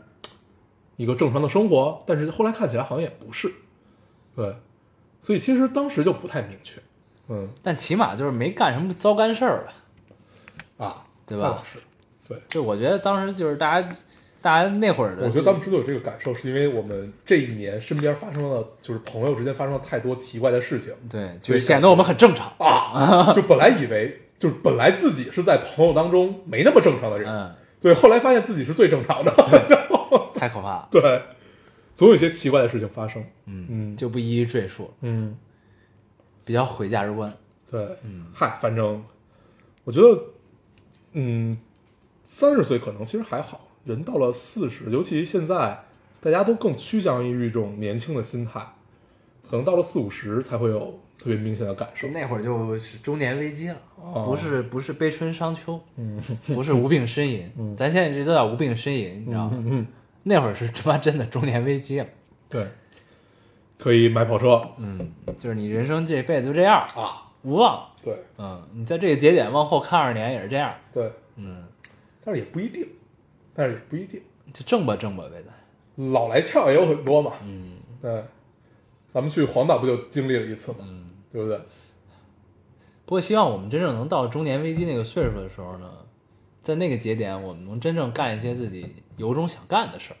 S2: 一个正常的生活，但是后来看起来好像也不是，对，所以其实当时就不太明确，嗯
S3: 但起码就是没干什么糟干事儿吧。
S2: 啊，
S3: 对吧
S2: 那倒是，
S3: 就我觉得当时就是大家，大家那会儿的，
S2: 我觉得咱们之所以有这个感受，是因为我们这一年身边发生了，就是朋友之间发生了太多奇怪的事情
S3: 对，就
S2: 所
S3: 是
S2: 以
S3: 显得我们很正常。
S2: 啊，就本来以为就是本来自己是在朋友当中没那么正常的人，
S3: 嗯，
S2: 对，后来发现自己是最正常的，
S3: 太可怕了，
S2: 对，总有一些奇怪的事情发生。
S3: 嗯
S2: 嗯
S3: 就不一一赘述了，
S2: 嗯，
S3: 比较毁价值观。
S2: 对，嗯，嗨，反正我觉得，嗯，三十岁可能其实还好，人到了四十，尤其现在大家都更趋向于一种年轻的心态，可能到了四五十才会有特别明显的感受。
S3: 那会儿就是中年危机了，
S2: 哦
S3: 不是不是悲春伤秋，嗯，不是无病呻吟，咱现在这都叫无病呻吟，你知道吗？
S2: 嗯嗯，
S3: 那会儿是他妈真的中年危机了，
S2: 对，可以买跑车
S3: 嗯，就是你人生这辈子就这样，
S2: 啊，
S3: 无望，
S2: 对
S3: 嗯，你在这个节点往后看二十年也是这样，
S2: 对，
S3: 嗯，
S2: 但是也不一定，但是也不一定。
S3: 就正吧正吧呗咱，
S2: 老来俏也有很多嘛，嗯，对，咱们去黄岛不就经历了一次嘛，嗯，对不对？
S3: 不过希望我们真正能到中年危机那个岁数的时候呢，在那个节点我们能真正干一些自己由衷想干的事儿，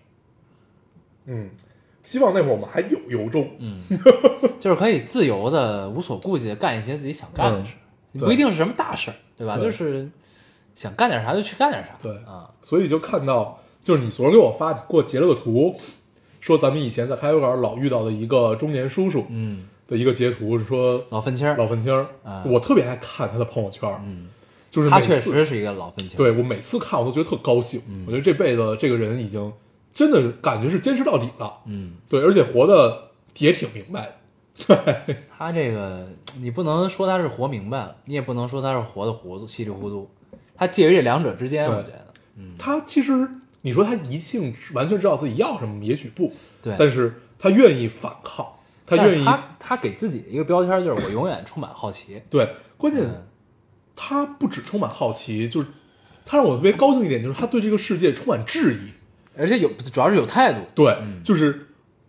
S2: 嗯，希望那会儿我们还有由衷，
S3: 嗯就是可以自由的、无所顾忌的干一些自己想干的事，
S2: 嗯
S3: 不一定是什么大事儿，对吧？
S2: 对
S3: 就是想干点啥就去干点啥，
S2: 对
S3: 啊，
S2: 所以就看到，就是你昨儿给我发，给我截了个图，说咱们以前在咖啡馆老遇到的一个中年叔叔
S3: 嗯，
S2: 的一个截图，是说
S3: 老愤青儿，
S2: 老愤青儿
S3: 啊，
S2: 我特别爱看他的朋友圈，嗯，就是
S3: 他
S2: 每
S3: 确
S2: 次
S3: 实是一嗯个老愤青，
S2: 对我每次看我都觉得特高兴，我觉得这辈子这个人已经真的感觉是坚持到底了，
S3: 嗯，
S2: 对，而且活的也挺明白的。
S3: 他这个你不能说他是活明白了，你也不能说他是活的糊涂、稀里糊涂，他介于这两者之间，
S2: 对
S3: 我觉得，
S2: 他其实你说他一性完全知道自己要什么，也许不，
S3: 对，
S2: 但是他愿意反抗，他
S3: 但是
S2: 愿意
S3: 他他给自己的一个标签就是我永远充满好奇，
S2: 对，关键
S3: 嗯
S2: 他不只充满好奇，就是他让我特别高兴一点，就是他对这个世界充满质疑，
S3: 而且有主要是有态度，嗯
S2: 对，就是。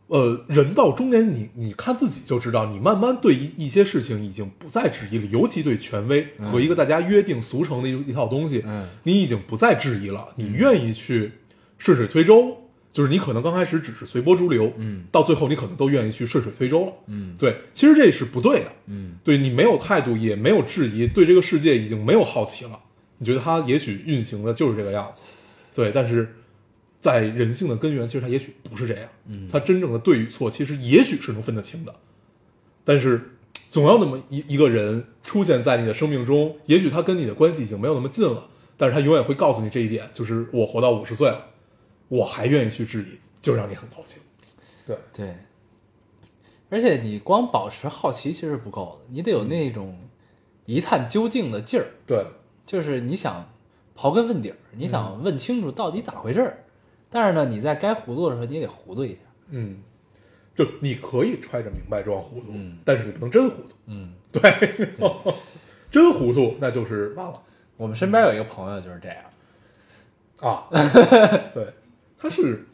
S2: 呃，人到中年你，你看自己就知道，你慢慢对一一些事情已经不再质疑了，尤其对权威和一个大家约定俗成的一一套东西，
S3: 嗯
S2: 你已经不再质疑了，你愿意去顺水推舟，就是你可能刚开始只是随波逐流，
S3: 嗯
S2: 到最后你可能都愿意去顺水推舟了，
S3: 嗯
S2: 对，其实这是不对的，
S3: 嗯
S2: 对你没有态度，也没有质疑，对这个世界已经没有好奇了。你觉得它也许运行的就是这个样子，对，但是在人性的根源，其实它也许不是这样。
S3: 嗯
S2: 它真正的对与错，其实也许是能分得清的，但是总要那么一一个人出现在你的生命中，也许他跟你的关系已经没有那么近了，但是他永远会告诉你这一点，就是我活到五十岁了，我还愿意去质疑，就让你很高兴。对，
S3: 对。而且你光保持好奇其实不够的，你得有那种一探究竟的劲儿，
S2: 对，
S3: 就是你想刨根问底儿，你想问清楚到底咋回事儿。但是呢，你在该糊涂的时候，你也得糊涂一下。
S2: 嗯，就你可以揣着明白装糊涂，
S3: 嗯
S2: 但是你不能真糊涂。
S3: 嗯，
S2: 对， 真糊涂那就是完了
S3: 我们身边有一个朋友就是这样，
S2: 啊。对，他是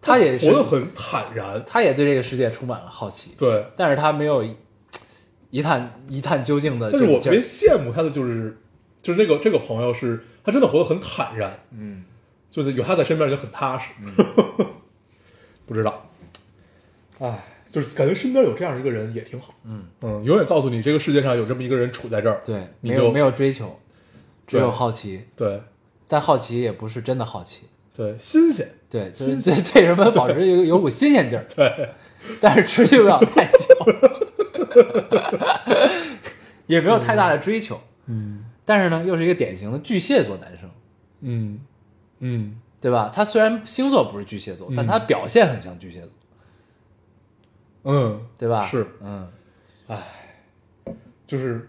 S3: 他也是
S2: 活得很坦然。
S3: 他也对这个世界充满了好奇，
S2: 对，
S3: 但是他没有一一探一探究竟的
S2: 但
S3: 这
S2: 是我
S3: 种劲
S2: 特别
S3: 儿。
S2: 羡慕他的就是，就是这个这个朋友是，他真的活得很坦然，
S3: 嗯，
S2: 就是有他在身边就很踏实。 不知道，哎，就是感觉身边有这样一个人也挺好。
S3: 嗯
S2: 嗯，永远告诉你这个世界上有这么一个人处在这儿。
S3: 对，
S2: 你
S3: 没有
S2: 就
S3: 没有追求，只
S2: 对
S3: 有好奇，
S2: 对
S3: 但好奇也不是真的好奇。
S2: 对，新鲜。
S3: 对，就是对对人们保持有有股新鲜劲 儿，
S2: 对，
S3: 但是持续不了太久， 也没有太大的追求。
S2: 嗯
S3: 但是呢，又是一个典型的巨蟹座男生，
S2: 嗯嗯，
S3: 对吧？他虽然星座不是巨蟹座，
S2: 嗯
S3: 但他表现很像巨蟹座，
S2: 嗯，
S3: 对吧？
S2: 是，
S3: 嗯
S2: 就是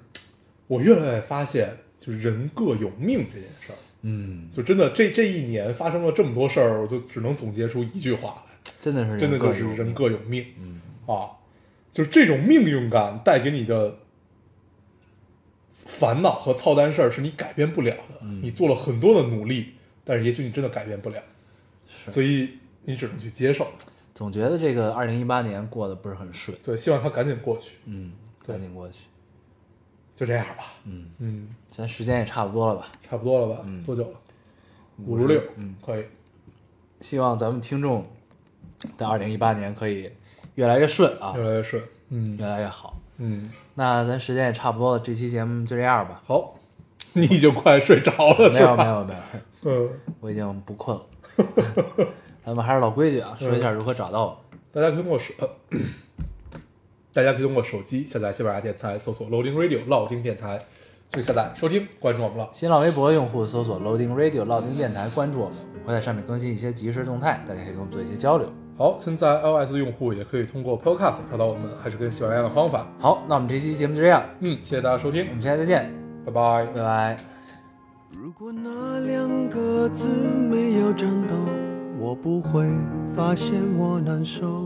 S2: 我越来越发现，就是人各有命这件事儿，
S3: 嗯，
S2: 就真的这这一年发生了这么多事儿，我就只能总结出一句话来，
S3: 真的是
S2: 真的
S3: 各
S2: 就是
S3: 有
S2: 人
S3: 命
S2: 各有命，嗯啊，就是这种命运感带给你的烦恼和操蛋事儿是你改变不了的，你做了很多的努力，但是也许你真的改变不了，所以你只能去接受。
S3: 总觉得这个二零一八年过得不是很顺，
S2: 对，希望它赶紧过去，
S3: 嗯，
S2: 对
S3: 赶紧过去，
S2: 就这样吧。
S3: 嗯，
S2: 嗯，
S3: 咱时间也差不多了吧？
S2: 差不多了吧？
S3: 嗯
S2: 多久了？五十六，
S3: 嗯，
S2: 可以。
S3: 希望咱们听众在二零一八年可以越来越顺啊
S2: 越，来越顺。嗯
S3: 越来越好。
S2: 嗯，
S3: 那咱时间也差不多了，这期节目就这样吧。
S2: 好，你已经快睡着了
S3: 没
S2: 是
S3: 有没
S2: 吧？
S3: 有没有，
S2: 嗯，
S3: 我已经不困了。 咱们还是老规矩啊，说一下如何找到我们。
S2: 大家可以通过手，呃大家可以通过手机下载喜马拉雅电台，搜索 Loading Radio 老丁电台，就下载收听，关注我们了。
S3: 新浪微博用户搜索 Loading Radio 老丁电台，关注我们，我会在上面更新一些即时动态，大家可以跟我们做一些交流。
S2: 好，现在 iOS 的用户也可以通过 Podcast 找到我们，还是跟喜马拉雅的方法。
S3: 好，那我们这期节目就这样，
S2: 嗯，谢谢大家收
S3: 我
S2: 听，
S3: 们下期再见，
S2: 拜拜。
S3: 拜拜。
S4: 如果那两个字没有颤抖，我不会发现我难受。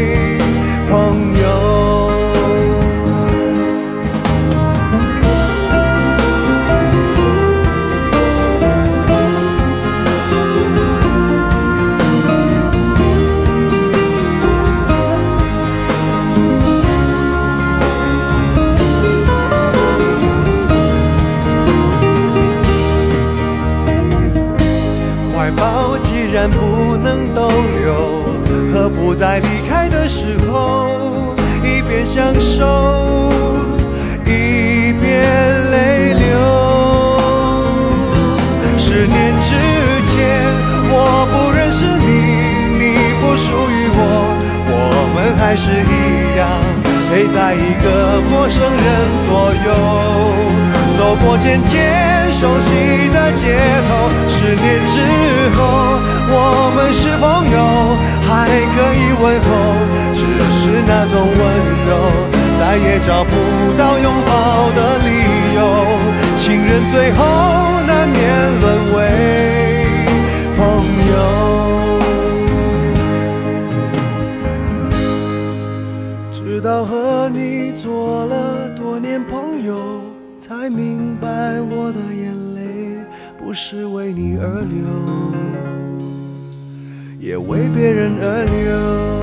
S4: 朋友。怀抱既然不能逗留，何不在离开的时候一边享享受，一边泪流。十年之前，我不认识你，你不属于我，我们还是一样陪在一个陌生人左右，走过渐渐熟悉的街头。十年之后，我们是朋友，还可以问候，只是那种温柔。再也找不到拥抱的理由。情人最后难免沦为朋友，直到和你做了多年朋友，才明白我的眼泪不是为你而流，也为别人而流。